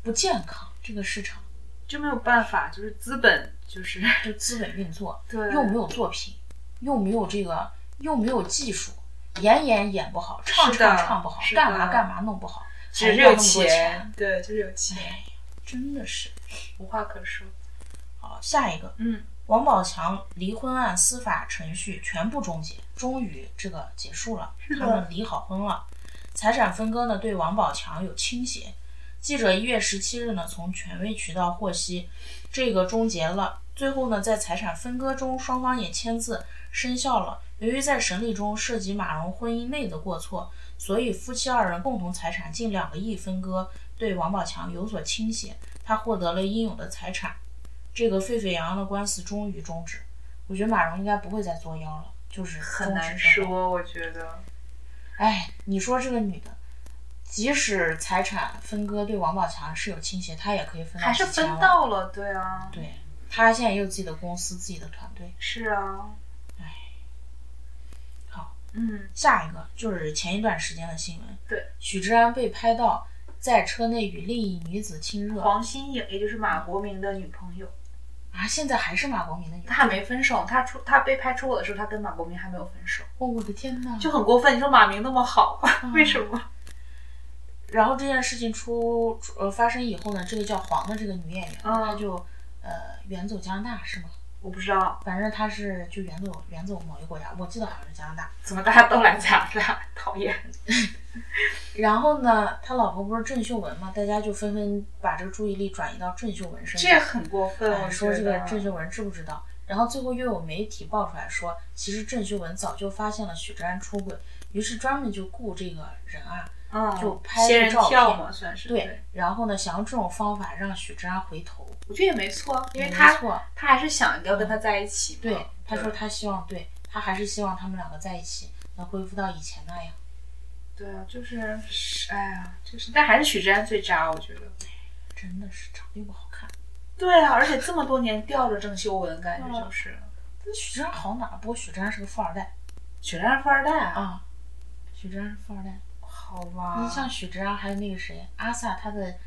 S1: 不健康。这个市场
S2: 就没有办法，就是资本就是
S1: 就资本运作，
S2: 对
S1: 又没有作品，又没有这个，又没有技术，演演演不好，唱
S2: 是的
S1: 唱唱不好，
S2: 是的
S1: 干嘛干嘛弄不好，
S2: 只是
S1: 还要
S2: 有
S1: 那么多钱，
S2: 对，就是有钱，
S1: 真的是。
S2: 无话可说。
S1: 好，下一个，
S2: 嗯，
S1: 王宝强离婚案司法程序全部终结，终于这个结束了，他们离好婚了。财产分割呢，对王宝强有倾斜。记者一月十七日呢，从权威渠道获悉，这个终结了。最后呢，在财产分割中，双方也签字生效了。由于在审理中涉及马蓉婚姻内的过错，所以夫妻二人共同财产近两个亿分割，对王宝强有所倾斜，他获得了应有的财产。这个沸沸扬扬的官司终于终止。我觉得马蓉应该不会再作妖了，就是
S2: 很
S1: 终止
S2: 难
S1: 这个
S2: 说，我觉得。
S1: 哎，你说这个女的，即使财产分割对王宝强是有倾斜，她也可以分到
S2: 还是
S1: 几千万
S2: 分。到了，对啊，
S1: 对，她现在也有自己的公司、自己的团队。
S2: 是啊，
S1: 哎，好，
S2: 嗯，
S1: 下一个就是前一段时间的新闻，
S2: 对，
S1: 许志安被拍到在车内与另一女子亲热
S2: 黄心颖也就是马国明的女朋友，
S1: 啊，现在还是马国明的女
S2: 她还没分手，她出她被拍出我的时候，她跟马国明还没有分手，
S1: 哦，我的天呐！
S2: 就很过分。你说马明那么好， 为什么？
S1: 然后这件事情出出呃发生以后呢，这个叫黄的这个女演员，
S2: 嗯
S1: 她就呃远走加拿大是吗？
S2: 我不知道，
S1: 反正他是就远走远走某一个国家，我记得好像是加拿大。
S2: 怎么大家都来加拿大，讨厌。
S1: 然后呢，他老婆不是郑秀文嘛，大家就纷纷把这个注意力转移到郑秀文身
S2: 这
S1: 上，
S2: 很过分，
S1: 哎
S2: 我
S1: 说这
S2: 觉
S1: 个
S2: 得
S1: 郑秀文知不知道？然后最后又有媒体爆出来说，其实郑秀文早就发现了许志安出轨，于是专门就雇这个人啊，
S2: 嗯，
S1: 就拍
S2: 仙人
S1: 照
S2: 跳
S1: 片
S2: 嘛，算是
S1: 对，然后呢，想用这种方法让许志安回头，
S2: 我觉得也没错，因为
S1: 没
S2: 他嗯
S1: 错
S2: 他还是想要跟他在一起嘛。
S1: 对，他说他希望，对他还是希望他们两个在一起能恢复到以前那样。
S2: 对啊，就是，哎呀，就是，但还是许志安最渣，我觉得。
S1: 真的是长得又不好看，
S2: 对啊，而且这么多年吊着郑秀文，感
S1: 嗯
S2: 觉就是。
S1: 那许志安好哪儿？不过许志安是个富二代
S2: 许志安富二代啊，
S1: 啊，许志安是富二代。
S2: 好吧。
S1: 你像许志安还有那个谁，阿 sa 他的
S2: 嗯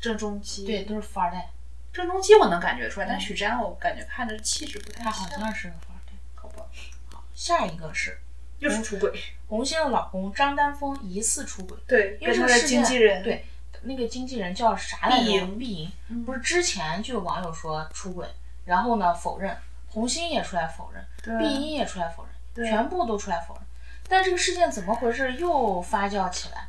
S2: 郑中基，
S1: 对，都是富二代，
S2: 郑中基我能感觉出来，但许志安我感觉看着气嗯质不太
S1: 他
S2: 像。
S1: 好像是个富二代。
S2: 好吧，
S1: 下一个是
S2: 又是出轨。
S1: 红星的老公张丹峰疑似出轨，
S2: 对，
S1: 因为
S2: 跟
S1: 这个
S2: 他的
S1: 事
S2: 经纪
S1: 件
S2: 人，
S1: 对那个经纪人叫啥来着？
S2: 毕莹
S1: 毕莹
S2: 嗯
S1: 不是之前就有网友说出轨，然后呢否认，红星也出来否认，
S2: 对
S1: 毕莹也出来否认，
S2: 对
S1: 全部都出来否认。但这个事件怎么回事又发酵起来？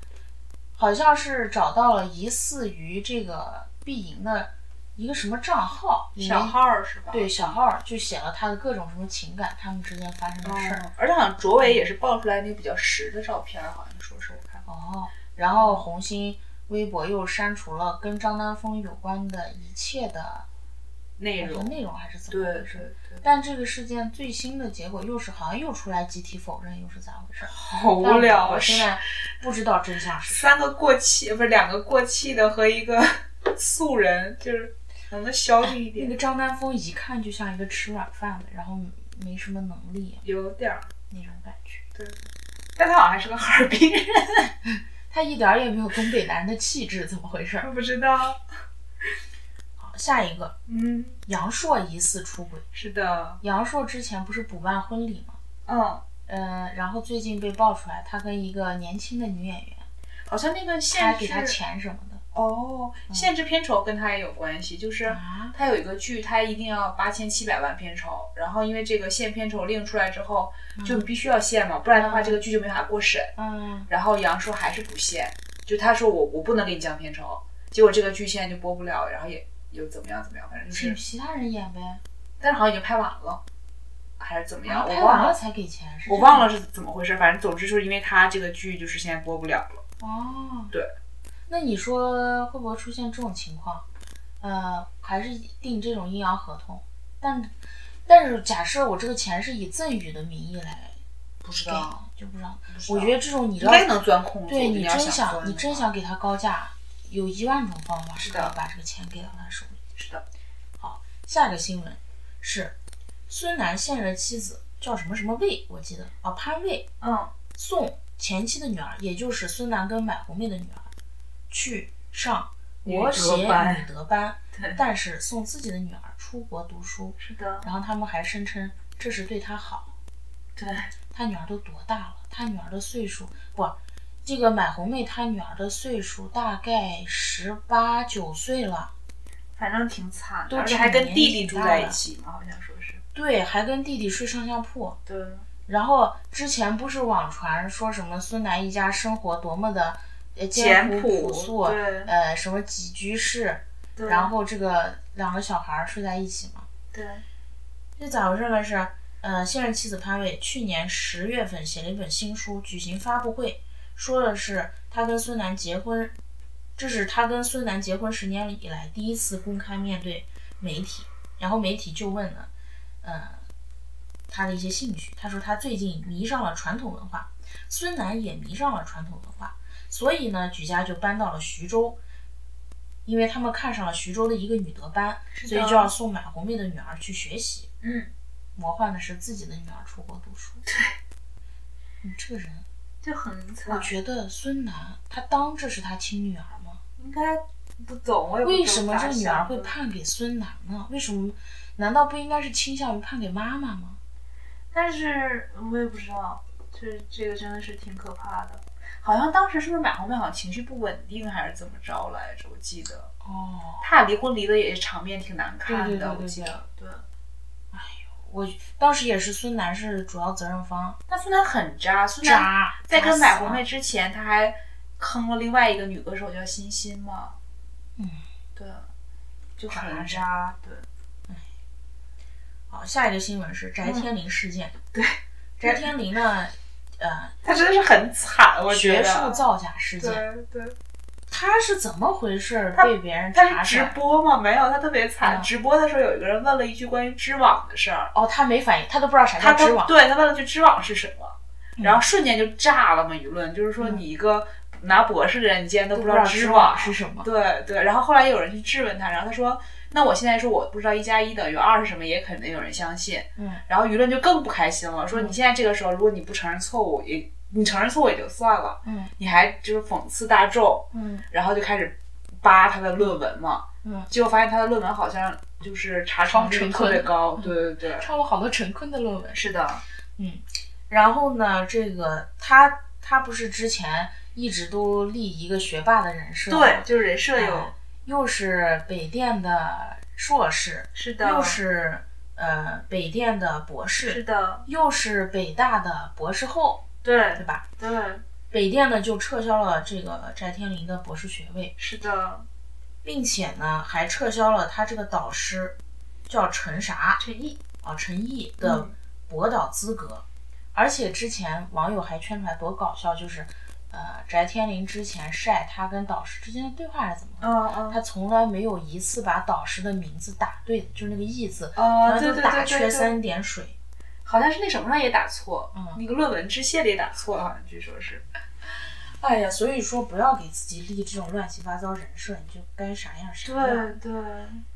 S1: 好像是找到了疑似于这个毕莹的一个什么账号，里面
S2: 小号儿是吧？
S1: 对小号儿就写了他的各种什么情感，他们之间发生的事儿。
S2: 嗯，而且好像卓伟也是爆出来那个比较实的照片儿，好像说是我看。
S1: 哦，然后红星微博又删除了跟张丹峰有关的一切的
S2: 内
S1: 好像
S2: 容，
S1: 内容还是怎
S2: 对
S1: 么
S2: 对
S1: 回
S2: 对
S1: 事？，但这个事件最新的结果又是好像又出来集体否认，又是咋回事？
S2: 好啊
S1: 但我现在不知道真相是啥。
S2: 三个过气不是两个过气的和一个 素人，就是可能小女一
S1: 那
S2: 点，
S1: 个张丹峰一看就像一个吃软饭的，然后没什么能力
S2: 有点儿，
S1: 那种感觉。
S2: 对。但他好像还是个哈尔滨人，
S1: 他一点儿也没有东北男人的气质，怎么回事？
S2: 我不知道。
S1: 好，下一个，
S2: 嗯，
S1: 杨烁疑似出轨。
S2: 是的，
S1: 杨烁之前不是补办婚礼吗？
S2: 嗯，
S1: 呃，然后最近被爆出来，他跟一个年轻的女演员，
S2: 好像那
S1: 他
S2: 个
S1: 还
S2: 现
S1: 给他
S2: 实，
S1: 钱什么的。
S2: 哦，限制片酬跟他也有关系，就是
S1: 嗯啊
S2: 他有一个剧，他一定要八千七百万片酬，然后因为这个限片酬令出来之后，就必须要限嘛，不然的话这个剧就没法过审。
S1: 嗯，
S2: 然后杨说还是不限，就他说我我不能给你降片酬，结果这个剧现在就播不了，然后也又怎么样怎么样，反正就
S1: 请
S2: 是，
S1: 其他人演呗，
S2: 但是好像已经拍完了，还是怎么
S1: 然
S2: 样，
S1: 后
S2: 我
S1: 啊拍
S2: 忘
S1: 完
S2: 了
S1: 了，才给钱，是
S2: 我
S1: 这
S2: 忘
S1: 样
S2: 了是怎么回事，反正总之就是因为他这个剧就是现在播不了了。
S1: 哦，
S2: 对。
S1: 那你说会不会出现这种情况？呃，还是定这种阴阳合同？但但是假设我这个钱是以赠与的名义来
S2: 不知
S1: 给
S2: 道，
S1: 的，就不知道。
S2: 不知道
S1: 我觉得这种你
S2: 应
S1: 要
S2: 该能钻空子。
S1: 对
S2: 我觉得
S1: 你
S2: 要
S1: 真
S2: 想钻
S1: 想
S2: 的
S1: 你真
S2: 话
S1: 想给他高价，有一万种方法
S2: 是
S1: 可以
S2: 的
S1: 把这个钱给到他手里。
S2: 是的，
S1: 下一个新闻是孙楠现任妻子叫什么什么魏，我记得啊潘魏，
S2: 嗯，
S1: 送前妻的女儿，也就是孙楠跟买红妹的女儿，去上国协
S2: 女德班
S1: 女德班
S2: 对，
S1: 但是送自己的女儿出国读书，
S2: 是的，
S1: 然后他们还声称这是对她好。
S2: 对，
S1: 他女儿都多大了？他女儿的岁数不，这个买红妹她女儿的岁数大概十八九岁了，
S2: 反正挺惨
S1: 都
S2: 的，而且还跟
S1: 挺
S2: 弟
S1: 年
S2: 弟
S1: 纪
S2: 住
S1: 大
S2: 在
S1: 了
S2: 一起嘛，好像说是。
S1: 对，还跟弟弟睡上下铺。
S2: 对，
S1: 然后之前不是网传说什么孙楠一家生活多么的呃
S2: 简
S1: 朴
S2: 朴
S1: 朴素，
S2: 对
S1: 呃什么几居室，
S2: 对
S1: 然后这个两个小孩儿睡在一起嘛，
S2: 对，
S1: 这咋回事呢？是呃现任妻子潘玮去年十月份写了一本新书，举行发布会，说的是她跟孙楠结婚，这是她跟孙楠结婚十年以来第一次公开面对媒体，然后媒体就问了，呃，他的一些兴趣。他说他最近迷上了传统文化，孙楠也迷上了传统文化，所以呢，举家就搬到了徐州，因为他们看上了徐州的一个女德班，
S2: 是
S1: 所以
S2: 的
S1: 就要送马红妹的女儿去学习。
S2: 嗯，
S1: 魔幻的是自己的女儿出国读书。对，你这个人，
S2: 就很
S1: 我
S2: 惨，
S1: 觉得孙楠他当这是他亲女儿吗？
S2: 应该不懂，我也不
S1: 为
S2: 懂
S1: 什么
S2: 咋
S1: 这个女
S2: 想
S1: 儿会
S2: 的？
S1: 判给孙楠呢？为什么？难道不应该是倾向于判给妈妈吗？
S2: 但是我也不知道，就是这个真的是挺可怕的。好像当时是不是马红妹好像情绪不稳定还是怎么着来着？我记得
S1: 哦，
S2: 他俩离婚离的也是场面挺难看
S1: 对
S2: 的，
S1: 对对
S2: 我
S1: 对
S2: 记得。对，
S1: 我当时也是孙楠是主要责任方，
S2: 但孙楠很渣，孙楠
S1: 渣，
S2: 在
S1: 渣
S2: 跟
S1: 死
S2: 买红
S1: 了
S2: 妹之前，他还坑了另外一个女歌手叫欣欣嘛。
S1: 嗯，
S2: 对，就
S1: 渣
S2: 很
S1: 男
S2: 渣。对，
S1: 好，下一个新闻是翟天临事件。
S2: 嗯对，
S1: 翟天临呢，呃，
S2: 他真的是很惨，我觉
S1: 学
S2: 得。
S1: 术造假事件，
S2: 对对，
S1: 他是怎么回事
S2: 他
S1: 被别人
S2: 他
S1: 查
S2: 是
S1: 出
S2: 直
S1: 来？
S2: 播嘛？没有，他特别惨。
S1: 嗯
S2: 直播的时候，有一个人问了一句关于知网的事儿，
S1: 哦，他没反应，他都不知道啥
S2: 他
S1: 叫知
S2: 都
S1: 网。
S2: 对他问了句知网是什么，
S1: 嗯
S2: 然后瞬间就炸了嘛，舆论就是说
S1: 嗯
S2: 你一个拿博士的人，你竟然都
S1: 都
S2: 不
S1: 不知
S2: 知道
S1: 道
S2: 知
S1: 知
S2: 网
S1: 网是什么，
S2: 对对，然后后来有人去质问他，然后他说：“那我现在说我不知道一加一等于二是什么，也肯定有人相信。”
S1: 嗯，
S2: 然后舆论就更不开心了，说
S1: 嗯
S2: 你现在这个时候，如果你不承认错误，也你承认错误也就算了，
S1: 嗯
S2: 你还就是讽刺大众，
S1: 嗯
S2: 然后就开始扒他的论文嘛，
S1: 嗯，
S2: 结果发现他的论文好像就是查
S1: 超
S2: 重率
S1: 纯
S2: 特别
S1: 纯
S2: 高，对对对，
S1: 抄了好多陈坤的论文。
S2: 是的，
S1: 然后呢，这个他他不是之前一直都立一个学霸的人设吗，
S2: 对，就是人设有
S1: 哎，又是北电的硕士，
S2: 是的，
S1: 又是呃北电的博
S2: 哦是
S1: 士，
S2: 的，
S1: 又是北大的博士后，
S2: 对
S1: 对吧？
S2: 对，
S1: 北电呢就撤销了这个翟天临的博士学位，
S2: 是的，
S1: 并且呢还撤销了他这个导师叫陈啥
S2: 陈毅
S1: 啊陈毅的
S2: 嗯
S1: 博导资格，而且之前网友还圈出来多搞笑，就是呃翟天临之前晒他跟导师之间的对话是怎么回事？
S2: 嗯嗯。
S1: 他从来没有一次把导师的名字打对的，就是那个“义”字，
S2: 哦
S1: 好像
S2: 对
S1: 都
S2: 对
S1: 打
S2: 对对
S1: 缺
S2: 对
S1: 三点水。
S2: 好像是那什么上也打错，
S1: 嗯
S2: 那个论文致谢里也打错了，啊好 像据说是。
S1: 哎呀，所以说不要给自己立这种乱七八糟人设，你就该啥样啥样，
S2: 对，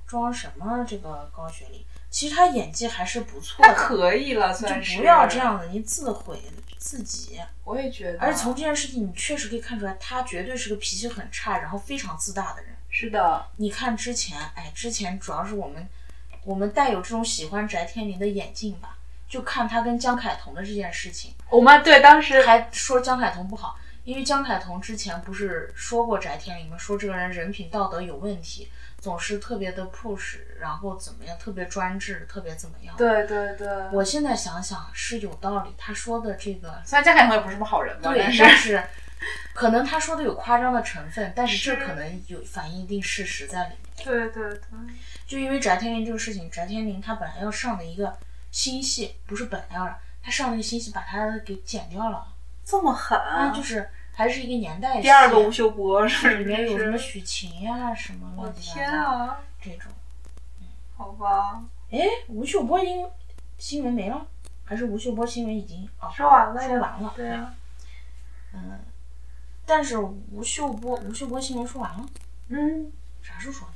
S1: 装什么这个高学历？其实他演技还是不错
S2: 他
S1: 的，
S2: 可以了，
S1: 你
S2: 算是。
S1: 就不要这，样子，你自毁自己。
S2: 我也觉得。
S1: 而且从这件事情，你确实可以看出来，他绝对是个脾气很差，然后非常自大的人。
S2: 是的，
S1: 你看之前，哎，之前主要是我们我们带有这种喜欢翟天临的眼镜吧，就看他跟江凯彤的这件事情，
S2: 我妈对当时
S1: 还说江凯彤不好，因为江凯腾之前不是说过翟天临吗？说这个人人品道德有问题，总是特别的 push，然后怎么样，特别专制，特别怎么样。
S2: 对对对，
S1: 我现在想想是有道理，他说的这个
S2: 虽然家凯腾也不是什么好人吧，
S1: 对，
S2: 但
S1: 但
S2: 是
S1: 是可能他说的有夸张的成分，但是这
S2: 是
S1: 可能有反映一定事实在里面。
S2: 对对对，
S1: 就因为翟天临这个事情，翟天临他本来要上的一个新戏，不是本来要上，他上了一个新戏把他给剪掉了，
S2: 这么狠，
S1: 啊，就是还是一个年代戏，
S2: 第二个吴秀波是不是？
S1: 里面有什 么许晴呀、什么
S2: 我
S1: 乱七
S2: 天
S1: 八糟
S2: 啊，
S1: 这种。
S2: 好吧，
S1: 哎，吴秀波因新闻没了，还是吴秀波新闻已经啊？
S2: 说完了呀，
S1: 说完了
S2: 对啊，
S1: 嗯，但是吴秀波吴秀波新闻说完了，
S2: 嗯，
S1: 啥时候说的？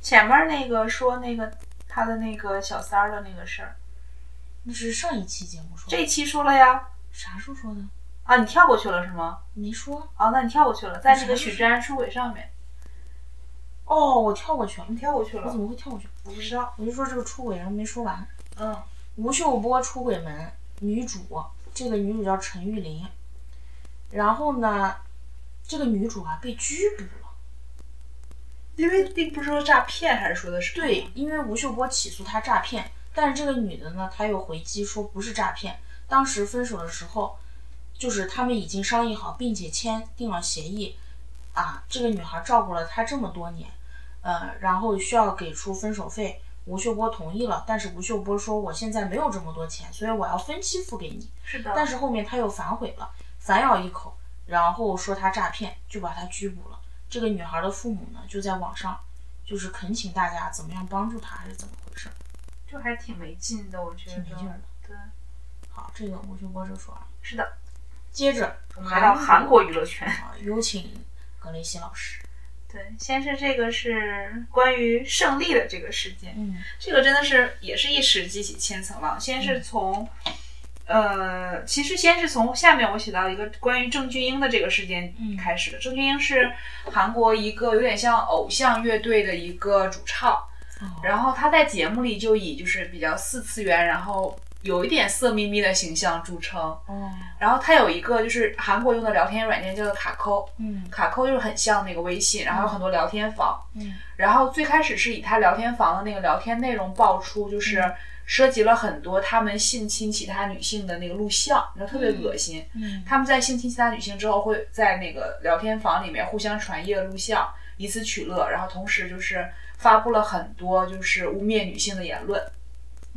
S2: 前面那个说那个他的那个小三儿的那个事儿，
S1: 那是上一期节目说的，
S2: 这一期说了呀，
S1: 啥时候说的？
S2: 啊，你跳过去了是吗？
S1: 没说。
S2: 啊，那你跳过去了，在那个许志安出轨上面，
S1: 哦，我跳过去了，
S2: 你跳过去
S1: 我怎，么会跳过去？
S2: 我不知道，
S1: 我就说这个出轨，然后没说完。
S2: 嗯，
S1: 吴秀波出轨门女主，这个女主叫陈玉玲，然后呢，这个女主啊被拘捕了。
S2: 因为那不是说诈骗还是说的是
S1: 对，因为吴秀波起诉他诈骗，但是这个女的呢，她又回击说不是诈骗。当时分手的时候，就是他们已经商议好，并且签订了协议，啊，这个女孩照顾了他这么多年，呃，然后需要给出分手费。吴秀波同意了，但是吴秀波说我现在没有这么多钱，所以我要分期付给你。
S2: 是的
S1: 但是后面他又反悔了，反咬一口，然后说他诈骗，就把他拘捕了。这个女孩的父母呢，就在网上就是恳请大家怎么样帮助她，还是怎么回事？
S2: 就还挺没劲的，我觉
S1: 挺没劲儿的。
S2: 对，
S1: 好，这个吴秀波就说完了。啊
S2: 是的，
S1: 接着
S2: 我们来到韩国娱乐圈。
S1: 啊，有请格雷西老师。
S2: 对，先是这个是关于胜利的这个事件，
S1: 嗯
S2: 这个真的是也是一时激起千层浪。先是从，呃，其实先是从下面我写到一个关于郑俊英的这个事件
S1: 嗯
S2: 开始的。郑俊英是韩国一个有点像偶像乐队的一个主唱，
S1: 哦
S2: 然后他在节目里就以就是比较四次元，然后有一点色眯眯的形象著称。
S1: 哦，
S2: 然后他有一个就是韩国用的聊天软件叫做卡扣，
S1: 嗯
S2: 卡扣就是很像那个微信，然后有很多聊天房。
S1: 嗯
S2: 然后最开始是以他聊天房的那个聊天内容爆出，
S1: 嗯
S2: 就是涉及了很多他们性侵其他女性的那个录像，然后特别恶心。
S1: 嗯，
S2: 他们在性侵其他女性之后，会在那个聊天房里面互相传阅录像，以此取乐，然后同时就是发布了很多就是污蔑女性的言论。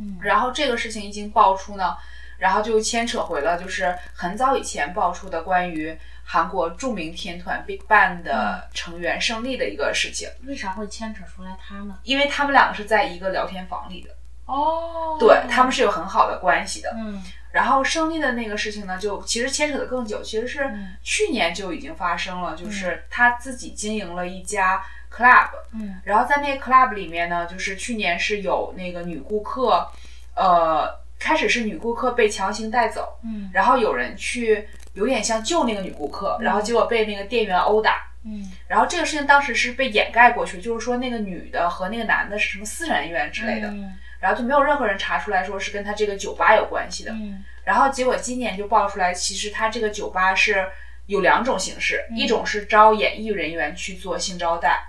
S1: 嗯
S2: 然后这个事情一经爆出呢，然后就牵扯回了就是很早以前爆出的关于韩国著名天团 BigBang 的成员胜利的一个事情，
S1: 为啥会牵扯出来他呢？
S2: 因为他们两个是在一个聊天房里的，
S1: 哦
S2: 对他们是有很好的关系的。
S1: 嗯
S2: 然后胜利的那个事情呢，就其实牵扯的更久，其实是
S1: 嗯
S2: 去年就已经发生了，就是他自己经营了一家 club，
S1: 嗯
S2: 然后在那个 club 里面呢，就是去年是有那个女顾客，呃，开始是女顾客被强行带走，
S1: 嗯
S2: 然后有人去有点像救那个女顾客，然后结果被那个店员殴打。
S1: 嗯
S2: 然后这个事情当时是被掩盖过去，就是说那个女的和那个男的是什么私人恩怨之类的，
S1: 嗯
S2: 然后就没有任何人查出来说是跟他这个酒吧有关系的。
S1: 嗯
S2: 然后结果今年就爆出来，其实他这个酒吧是有两种形式，一种是招演艺人员去做性招待，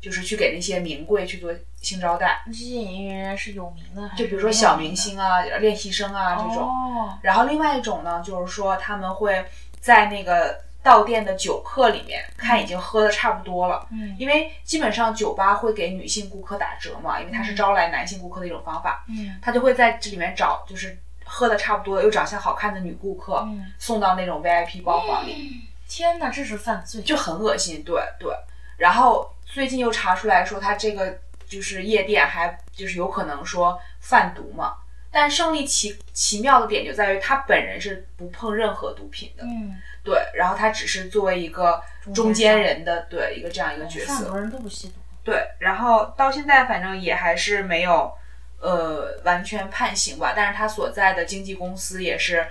S2: 就是去给那些名贵去做性招待，
S1: 那这些演艺人员是有名的，还
S2: 就是比如说
S1: 没有
S2: 小
S1: 名
S2: 明
S1: 的
S2: 星啊、练习生啊这种。
S1: 哦，
S2: 然后另外一种呢，就是说他们会在那个到店的酒客里面看已经喝的差不多了。
S1: 嗯
S2: 因为基本上酒吧会给女性顾客打折嘛，因为它是招来男性顾客的一种方法，
S1: 嗯
S2: 他就会在这里面找就是喝的差不多的又长相好看的女顾客，
S1: 嗯，
S2: 送到那种 VIP 包房里，
S1: 天哪，这是犯罪，
S2: 就很恶心。对对，然后最近又查出来说他这个就是夜店还就是有可能说贩毒嘛。但胜利奇奇妙的点就在于他本人是不碰任何毒品的，
S1: 嗯，
S2: 对，然后他只是作为一个中
S1: 中
S2: 间
S1: 间
S2: 人的对一个这样一个角
S1: 很
S2: 色，
S1: 嗯多人都不吸毒，
S2: 对，然后到现在反正也还是没有呃完全判刑吧，但是他所在的经纪公司也是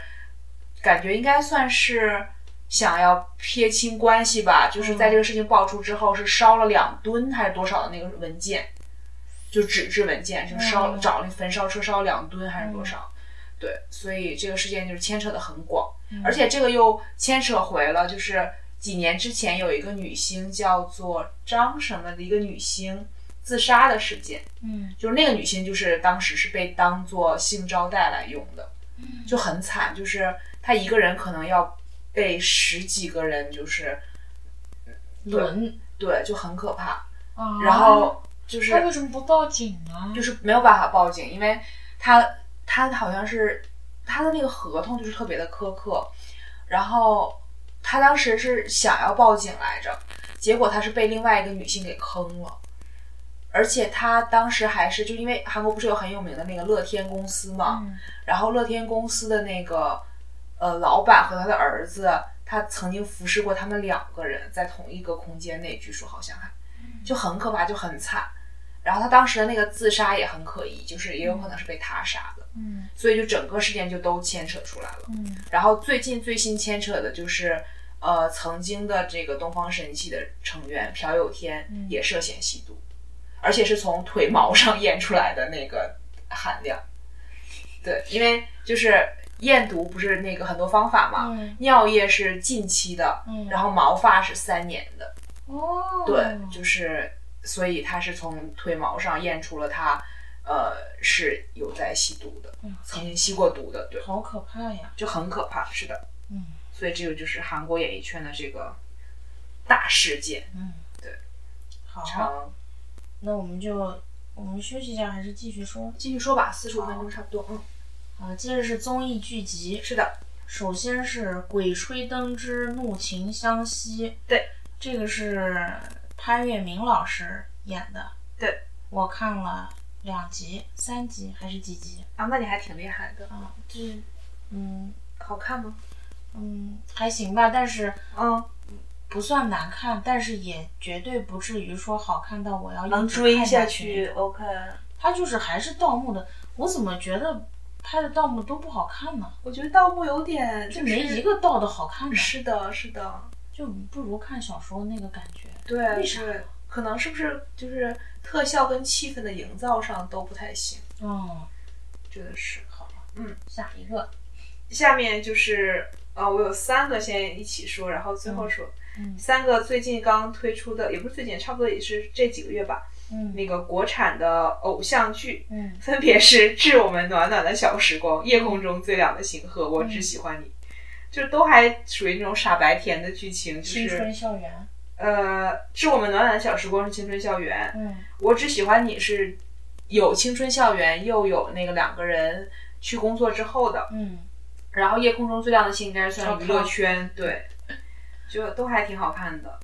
S2: 感觉应该算是想要撇清关系吧，就是在这个事情爆出之后是烧了两吨还是多少的那个文件，就纸质文件，就烧、
S1: 嗯
S2: 找那焚烧车烧了两吨还是多少，对，所以这个事件就是牵扯的很广。而且这个又牵扯回了，就是几年之前有一个女星叫做张什么的一个女星自杀的事件，
S1: 嗯
S2: 就是那个女星就是当时是被当做性招待来用的，就很惨，就是她一个人可能要被十几个人就是
S1: 轮，
S2: 对，就很可怕。
S1: 啊
S2: 然后就是
S1: 他为什么不报警呢？
S2: 就是没有办法报警，因为他他好像是他的那个合同就是特别的苛刻，然后他当时是想要报警来着，结果他是被另外一个女性给坑了。而且他当时还是就因为韩国不是有很有名的那个乐天公司嘛，
S1: 嗯
S2: 然后乐天公司的那个呃老板和他的儿子，他曾经服侍过他们两个人在同一个空间内，据说好像还就很可怕，就很惨。然后他当时的那个自杀也很可疑，就是也有可能是被他杀的，
S1: 嗯
S2: 所以就整个事件就都牵扯出来了。
S1: 嗯
S2: 然后最近最新牵扯的就是，呃，曾经的这个东方神起的成员朴有天
S1: 嗯
S2: 也涉嫌吸毒，而且是从腿毛上验出来的那个含量。对，因为就是验毒不是那个很多方法嘛，
S1: 嗯
S2: 尿液是近期的，
S1: 嗯
S2: 然后毛发是三年的。
S1: 哦，
S2: 对，就是所以他是从腿毛上验出了他，呃，是有在吸毒的，
S1: 嗯
S2: 曾经吸过毒的，对，
S1: 好可怕呀！
S2: 就很可怕，是的。
S1: 嗯
S2: 所以这个就是韩国演艺圈的这个大事件，
S1: 嗯，
S2: 对，
S1: 好，
S2: 长
S1: 那我们就我们休息一下，还是继续说
S2: 继续说吧，四十五分钟差不多，嗯，
S1: 啊？接着是综艺剧集，
S2: 是的，
S1: 首先是《鬼吹灯之怒晴湘西》，
S2: 对，
S1: 这个是潘粤明老师演的，
S2: 对，
S1: 我看了两集、三集还是几集
S2: 啊，那你还挺厉害的，
S1: 啊？这，嗯
S2: 好看吗？
S1: 嗯，还行吧，但是
S2: 嗯，
S1: 不算难看，但是也绝对不至于说好看到我要
S2: 嗯
S1: 一
S4: 能
S1: 直
S4: 追
S1: 看
S4: 下
S1: 去
S4: 去
S1: 那种。
S4: ，OK。
S1: 它就是还是盗墓的，我怎么觉得拍的盗墓都不好看呢？
S2: 我觉得盗墓有点
S1: 这
S2: 就
S1: 没一个盗的好看的，
S2: 是的，是的，
S1: 就不如看小说那个感觉。
S2: 对
S1: 为啥
S2: 对，可能是不是就是特效跟气氛的营造上都不太行，
S1: 嗯。
S2: 觉得是。
S1: 好，
S2: 嗯，
S1: 下一个，
S2: 下面就是呃，我有三个先一起说，然后最后说、
S1: 嗯
S2: 三个最近刚推出的，也不是最近，差不多也是这几个月吧。
S1: 嗯
S2: 那个国产的偶像剧，
S1: 嗯
S2: 分别是《致我们暖暖的小时光》《夜空中最亮的星
S1: 嗯
S2: 河》《我只喜欢你》，就都还属于那种傻白甜的剧情，就
S1: 青春
S2: 是
S1: 校园，
S2: 呃，《致我们暖暖的小时光》是青春校园，
S1: 嗯
S2: 我只喜欢你是有青春校园，又有那个两个人去工作之后的。
S1: 嗯
S2: 然后夜空中最亮的星应该是算
S1: 超
S2: 娱乐圈，对，就都还挺好看的，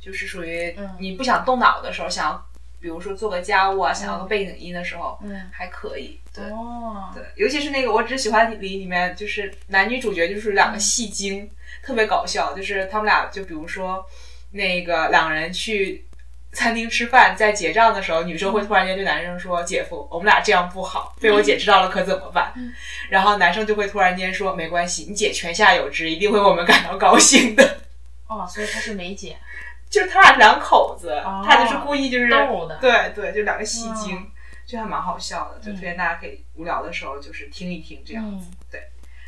S2: 就是属于
S1: 嗯
S2: 你不想动脑的时候，想要比如说做个家务啊，想要个背景音的时候，
S1: 嗯，
S2: 还可以。对、
S1: 哦，
S2: 对，尤其是那个我只喜欢你里面，就是男女主角就是两
S1: 嗯
S2: 个戏精，特别搞笑，就是他们俩就比如说那个两个人去。餐厅吃饭，在结账的时候，女生会
S1: 嗯
S2: 突然间对男生说：“姐夫，我们俩这样不好，被我姐知道了可怎么办？”
S1: 嗯
S2: 然后男生就会突然间说：“没关系，你姐泉下有知，一定会为我们感到高兴的。
S1: 哦，所以她是梅姐，”
S2: 就是他俩两口子，
S1: 哦
S2: 他就是故意就是
S1: 逗的
S2: 对对，就两个戏精，
S1: 嗯
S2: 就还蛮好笑的，就推荐大家可以无聊的时候就是听一听这样。
S1: 嗯，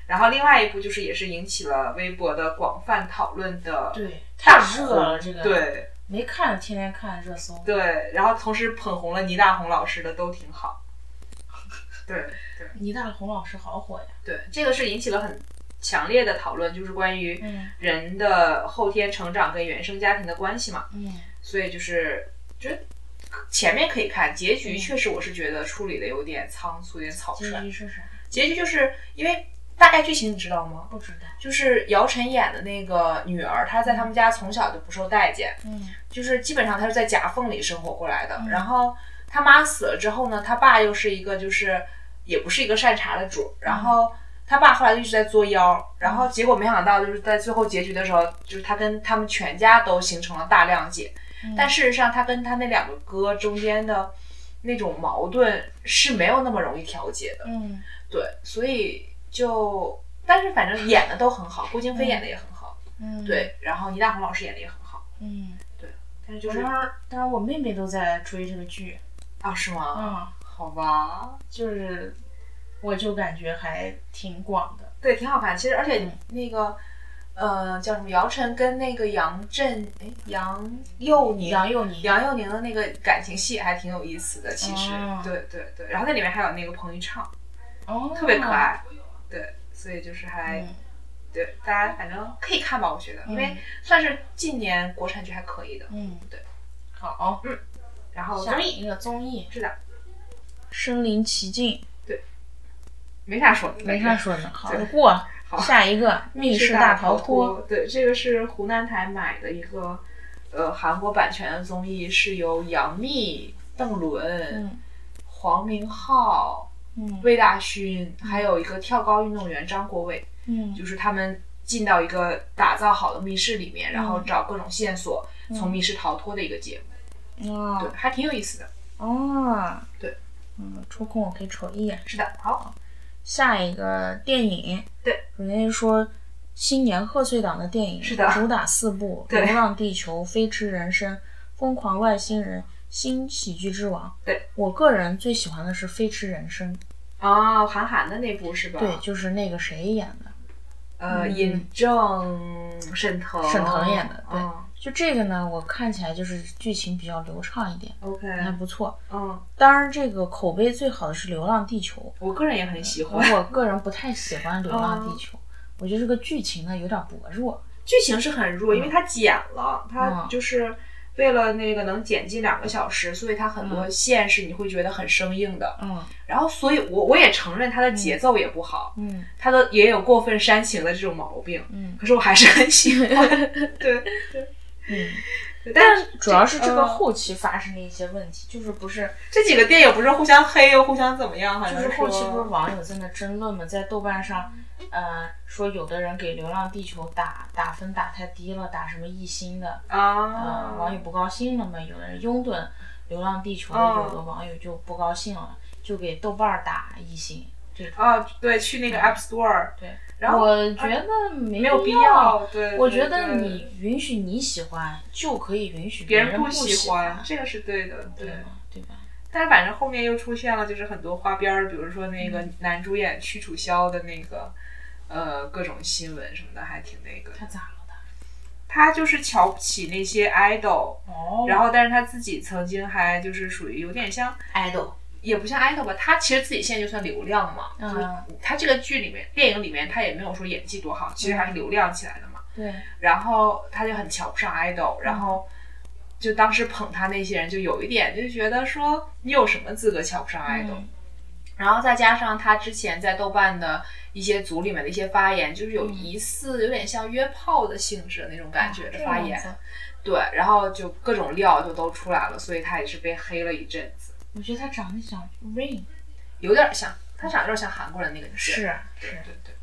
S2: 然后另外一部就是也是引起了微博的广泛讨论的，
S1: 对，太热了，这个，
S2: 对
S1: 没看，天天看热搜，
S2: 对，然后同时捧红了倪大红老师的都挺 好。对对
S1: 倪大红老师好火呀，
S2: 对，这个是引起了很强烈的讨论，就是关于
S1: 嗯
S2: 人的后天成长跟原生家庭的关系嘛，
S1: 嗯
S2: 所以就是觉得前面可以看，结
S1: 嗯
S2: 局确实我是觉得处理的有点仓促，有点草
S1: 结
S2: 率。
S1: 局是啥？
S2: 结局就是因为大概剧情你知道吗？
S1: 不知道，
S2: 就是姚晨演的那个女儿，她在他们家从小就不受待见，
S1: 嗯
S2: 就是基本上她是在夹缝里生活过来的。
S1: 嗯
S2: 然后她妈死了之后呢，她爸又是一个就是也不是一个善茬的主，
S1: 嗯
S2: 然后她爸后来就一直在作妖，然后结果没想到就是在最后结局的时候，就是她跟他们全家都形成了大谅解，
S1: 嗯
S2: 但事实上她跟她那两个哥中间的那种矛盾是没有那么容易调节的。
S1: 嗯
S2: 对，所以就但是反正演的都很好，郭京飞演的也很好，
S1: 嗯，，
S2: 对，然后倪大红老师演的也很好，
S1: 嗯，
S2: 但是就
S1: 我
S2: 是
S1: 当时当时我妹妹都在追这个剧，
S2: 啊是吗？
S1: 啊，
S2: 好吧，
S1: 就是我就感觉还挺广的。
S2: 对，挺好看。其实，而且
S1: 嗯
S2: 那个，呃，叫什么？姚晨跟那个杨振，哎，杨佑宁，
S1: 杨佑宁，
S2: 杨佑宁的那个感情戏还挺有意思的。其实，
S1: 哦
S2: 对对对。然后那里面还有那个彭昱畅，
S1: 哦，
S2: 特别可爱。对，所以就是还、
S1: 嗯。
S2: 对大家反正可以看吧，我觉得，因为
S1: 嗯
S2: 算是近年国产剧还可以的。
S1: 嗯，
S2: 对。哦
S1: 好，
S2: 然后
S1: 下一个综艺
S2: 是的，
S1: 《身临其境
S2: 没啥说的，》，
S1: 没啥说的，好
S2: 对
S1: 过。
S2: 好
S1: 下一 个《密室大逃脱》，
S2: 脱。对，这个是湖南台买的一个呃韩国版权的综艺，是由杨幂、邓伦、
S1: 嗯
S2: 黄明昊、
S1: 嗯
S2: 魏大勋，还有一个跳高运动员张国伟，
S1: 嗯
S2: 就是他们进到一个打造好的密室里面，然
S1: 嗯
S2: 后找各种线索，从密室逃脱的一个节目。对
S1: 哦，
S2: 还挺有意思的。
S1: 哦，
S2: 对，
S1: 嗯，抽空我可以瞅一眼。
S2: 是的，
S1: 哦
S2: 好，
S1: 下一个电影，
S2: 对，
S1: 人家说新年贺岁档的电影
S2: 是的
S1: 主打四部：《
S2: 对
S1: 流浪地球》《飞驰人生》《疯狂外星人》《新喜剧之王》。
S2: 对
S1: 我个人最喜欢的是《飞驰人生》，
S2: 哦，韩寒的那部是吧？
S1: 对，，就是那个谁演的，
S2: 呃，
S1: 嗯
S2: 尹正、沈腾，
S1: 沈腾演的对
S2: 嗯
S1: 就这个呢，我看起来就是剧情比较流畅一点，
S2: ，OK，
S1: 还不错。
S2: 嗯，
S1: 当然，这个口碑最好的是《流浪地球》，
S2: 我个人也很喜欢。哦
S1: 我个人不太喜欢《流浪地球》，我觉得这个剧情呢有点薄弱。
S2: 剧情是很弱，因
S1: 嗯
S2: 为它剪了，它就是为了那个能剪进两个小时，所以它很多线是你会觉得很生硬的。
S1: 嗯
S2: 然后，所以我我也承认它的节奏也不好，
S1: 嗯
S2: 它的也有过分煽情的这种毛病。
S1: 嗯
S2: 可是我还是很喜 欢，对，
S1: 嗯。
S2: 对但是
S1: 主要是这个
S2: 呃
S1: 后期发生的一些问题，就是不是
S2: 这几个电影不是互相黑又互相怎么样，好
S1: 就
S2: 像
S1: 是后期不
S2: 说
S1: 是网友在那争论嘛，在豆瓣上，呃，说有的人给《流浪地球打》打分打太低了，打什么一星的，呃，网
S2: 啊
S1: 友不高兴了嘛，有的人拥趸《流浪地球》的，
S2: 哦
S1: 有的网友就不高兴了，就给豆瓣儿打一星。这种
S2: 啊，对，去那个 App Store，
S1: 嗯对，
S2: 然后
S1: 我觉得没
S2: 没有必
S1: 必
S2: 要，对，
S1: 我
S2: 对
S1: 觉得
S2: 对
S1: 你允许你喜欢，就可以允许
S2: 别人
S1: 人
S2: 不
S1: 喜
S2: 喜欢，嗯这个是对的，
S1: 对
S2: 对。
S1: 吗？对吧？
S2: 但是反正后面又出现了，就是很多花边儿，比如说那个男主演屈楚萧的那个，呃，各种新闻什么的，还挺那个。
S1: 他咋了他？
S2: 他就是瞧不起那些 idol，
S1: 哦
S2: 然后但是他自己曾经还就是属于有点像，
S1: idol，
S2: 也不像 idol 吧，他其实自己现在就算流量嘛，
S1: 嗯
S2: 就是他这个剧里面、电影里面他也没有说演技多好，其实还是流量起来的嘛。
S1: 对，
S2: 然后他就很瞧不上
S1: 嗯
S2: idol，然后就当时捧他那些人就有一点就觉得说你有什么资格瞧不上 idol？、
S1: 嗯
S2: 然后再加上他之前在豆瓣的一些组里面的一些发言，就是有疑似有点像约炮的性质的那种感觉的发言，
S1: 啊哦这样子
S2: 对，然后就各种料就都出来了，所以他也是被黑了一阵子，
S1: 我觉得他长得像 Rain，
S2: 有点像他长得有点像韩国人那个
S1: 是
S2: 人，对
S1: 是。
S2: 对对。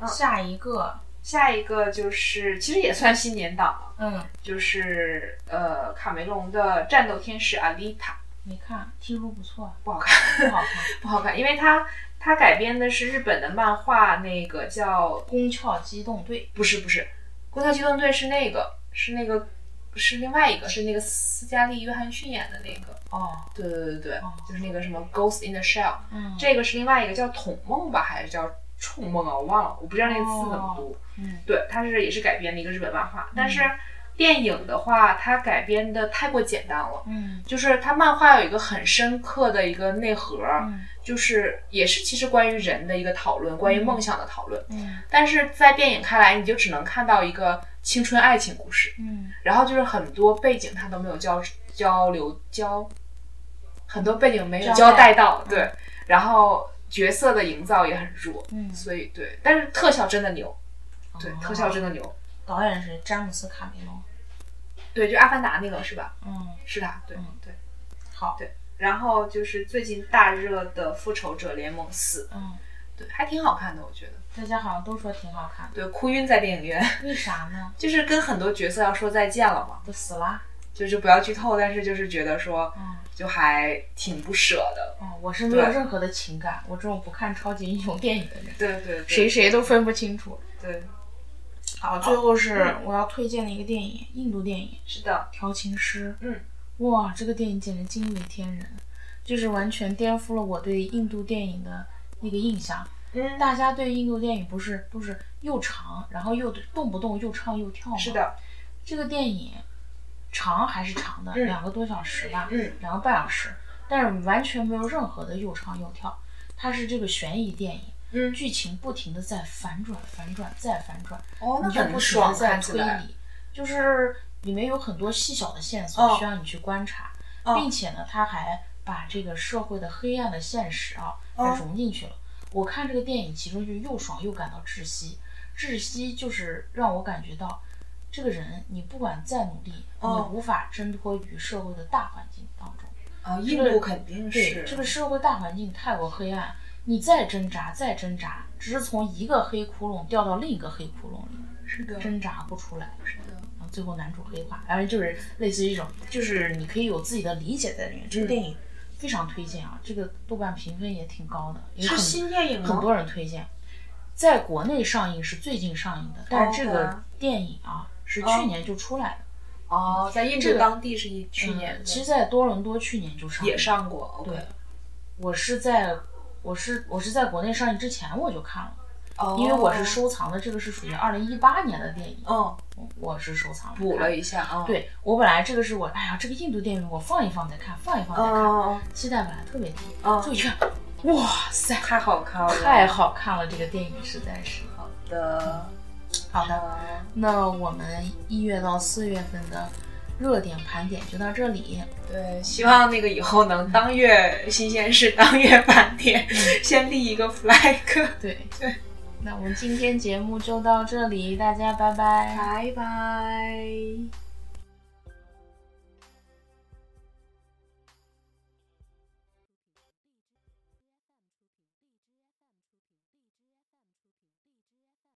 S2: 嗯
S1: 下一个，
S2: 下一个就是其实也算新年档了，
S1: 嗯，
S2: 就是呃卡梅隆的《战斗天使阿丽塔》
S1: 你看听说不错，
S2: 不好看，
S1: 不好看，
S2: 不好看，因为它它改编的是日本的漫画，那个叫
S1: 宫壳机动队，
S2: 不是不是，《攻壳机动队》是那个是那个是另外一个是那个斯嘉丽·约翰逊演的那个，
S1: 哦，
S2: 对对对对
S1: 哦，
S2: 就是那个什么《Ghost in the Shell》，
S1: 嗯，
S2: 这个是另外一个叫《筒梦》吧，还是叫《冲梦》啊？我忘了，我不知道那个字怎么读。
S1: 嗯
S2: 对，它是也是改编的一个日本漫画，但是电影的话，它改编的太过简单了。
S1: 嗯
S2: 就是它漫画有一个很深刻的一个内核，
S1: 嗯
S2: 就是也是其实关于人的一个讨论，关于梦想的讨论。
S1: 嗯
S2: 但是在电影看来，你就只能看到一个青春爱情故事，
S1: 嗯
S2: 然后就是很多背景它都没有交交流交，很多背景没有
S1: 交代
S2: 交代到，对，然后角色的营造也很弱，
S1: 嗯，
S2: 所以对，但是特效真的牛，对，
S1: 哦
S2: 特效真的牛。
S1: 导演是詹姆斯卡梅隆，
S2: 对，就《阿凡达》那个是吧？
S1: 嗯，
S2: 是他，对、
S1: 嗯
S2: 对。
S1: 好，
S2: 然后就是最近大热的《复仇者联盟四
S1: 嗯，》，
S2: 对，还挺好看的，我觉得。
S1: 大家好像都说挺好看的，
S2: 对，哭晕在电影院，
S1: 为啥呢？
S2: 就是跟很多角色要说再见了嘛，
S1: 都死啦，
S2: 就是不要剧透，但是就是觉得说，
S1: 嗯。
S2: 就还挺不舍的。
S1: 哦，我是没有
S2: 对
S1: 任何的情感，我这种不看超级英雄电影的人，
S2: 对对 对，
S1: 谁谁都分不清楚。
S2: 对，
S1: 好，嗯最后是我要推荐的一个电影，印度电影。
S2: 是的，
S1: 调情师，
S2: 嗯，
S1: 哇，这个电影简直惊为天人。就是完全颠覆了我对印度电影的那个印象。
S2: 嗯，
S1: 大家对印度电影不是都是又长，然后又动不动又唱又跳吗？
S2: 是，的，
S1: 这个电影长还是长的，
S2: 嗯
S1: 两个多小时吧，
S2: 嗯
S1: 两个半小时，但是完全没有任何的又唱又跳，它是这个悬疑电影，
S2: 嗯，
S1: 剧情不停的在反转、反转、再反转，
S2: 哦，那
S1: 你就
S2: 很
S1: 不停的
S2: 爽，
S1: 在
S2: 看起
S1: 推
S2: 来，
S1: 理，就是里面有很多细小的线索
S2: 哦
S1: 需要你去观察，
S2: 哦
S1: 并且呢，它还把这个社会的黑暗的现实啊，它
S2: 哦
S1: 融进去了。我看这个电影，其中就又爽又感到窒息，窒息就是让我感觉到，这个人你不管再努力，
S2: 哦
S1: 你无法挣脱于社会的大环境当中。
S2: 啊，
S1: 这
S2: 印
S1: 个
S2: 度肯定
S1: 对，
S2: 是
S1: 这个社会大环境太过黑暗，你再挣扎再挣扎，只是从一个黑窟窿掉到另一个黑窟窿里，
S2: 是的，
S1: 挣扎不出来。
S2: 是的，
S1: 然后最后男主黑化，然后就是类似于一种，就是你可以有自己的理解在里面。这个
S2: 嗯
S1: 电影非常推荐啊，这个豆瓣评分也挺高的，也
S2: 是
S1: 很
S2: 新电影吗？
S1: 很多人推荐。在国内上映是最近上映的，但是这
S2: 哦
S1: 个电影啊是去年就出来的，
S2: 哦，在印
S1: 这
S2: 度
S1: 个
S2: 当地是一去
S1: 嗯
S2: 年的
S1: 其实，在多伦多去年就上映
S2: 也上过
S1: 对
S2: ，OK，，
S1: 我是在我是我是在国内上映之前我就看了，
S2: 哦
S1: 因为我是收藏的，这个是属于二零一八年的电影，
S2: 嗯
S1: 我是收藏
S2: 补
S1: 看
S2: 了一下啊，
S1: 对我本来这个是我，哎呀，这个印度电影我放一放再看，放一放再看，
S2: 嗯，嗯
S1: 期待本来特别低，
S2: 嗯
S1: 就一看，哇塞，
S2: 太好看了，
S1: 哦太好看了，这个电影实在是。
S2: 好的，
S1: 好的，那我们一月到四月份的热点盘点就到这里，
S2: 对，希望那个以后能当月新鲜事，当月盘点，先立一个 flag，
S1: 对 对，那我们今天节目就到这里，大家拜拜
S2: 拜拜。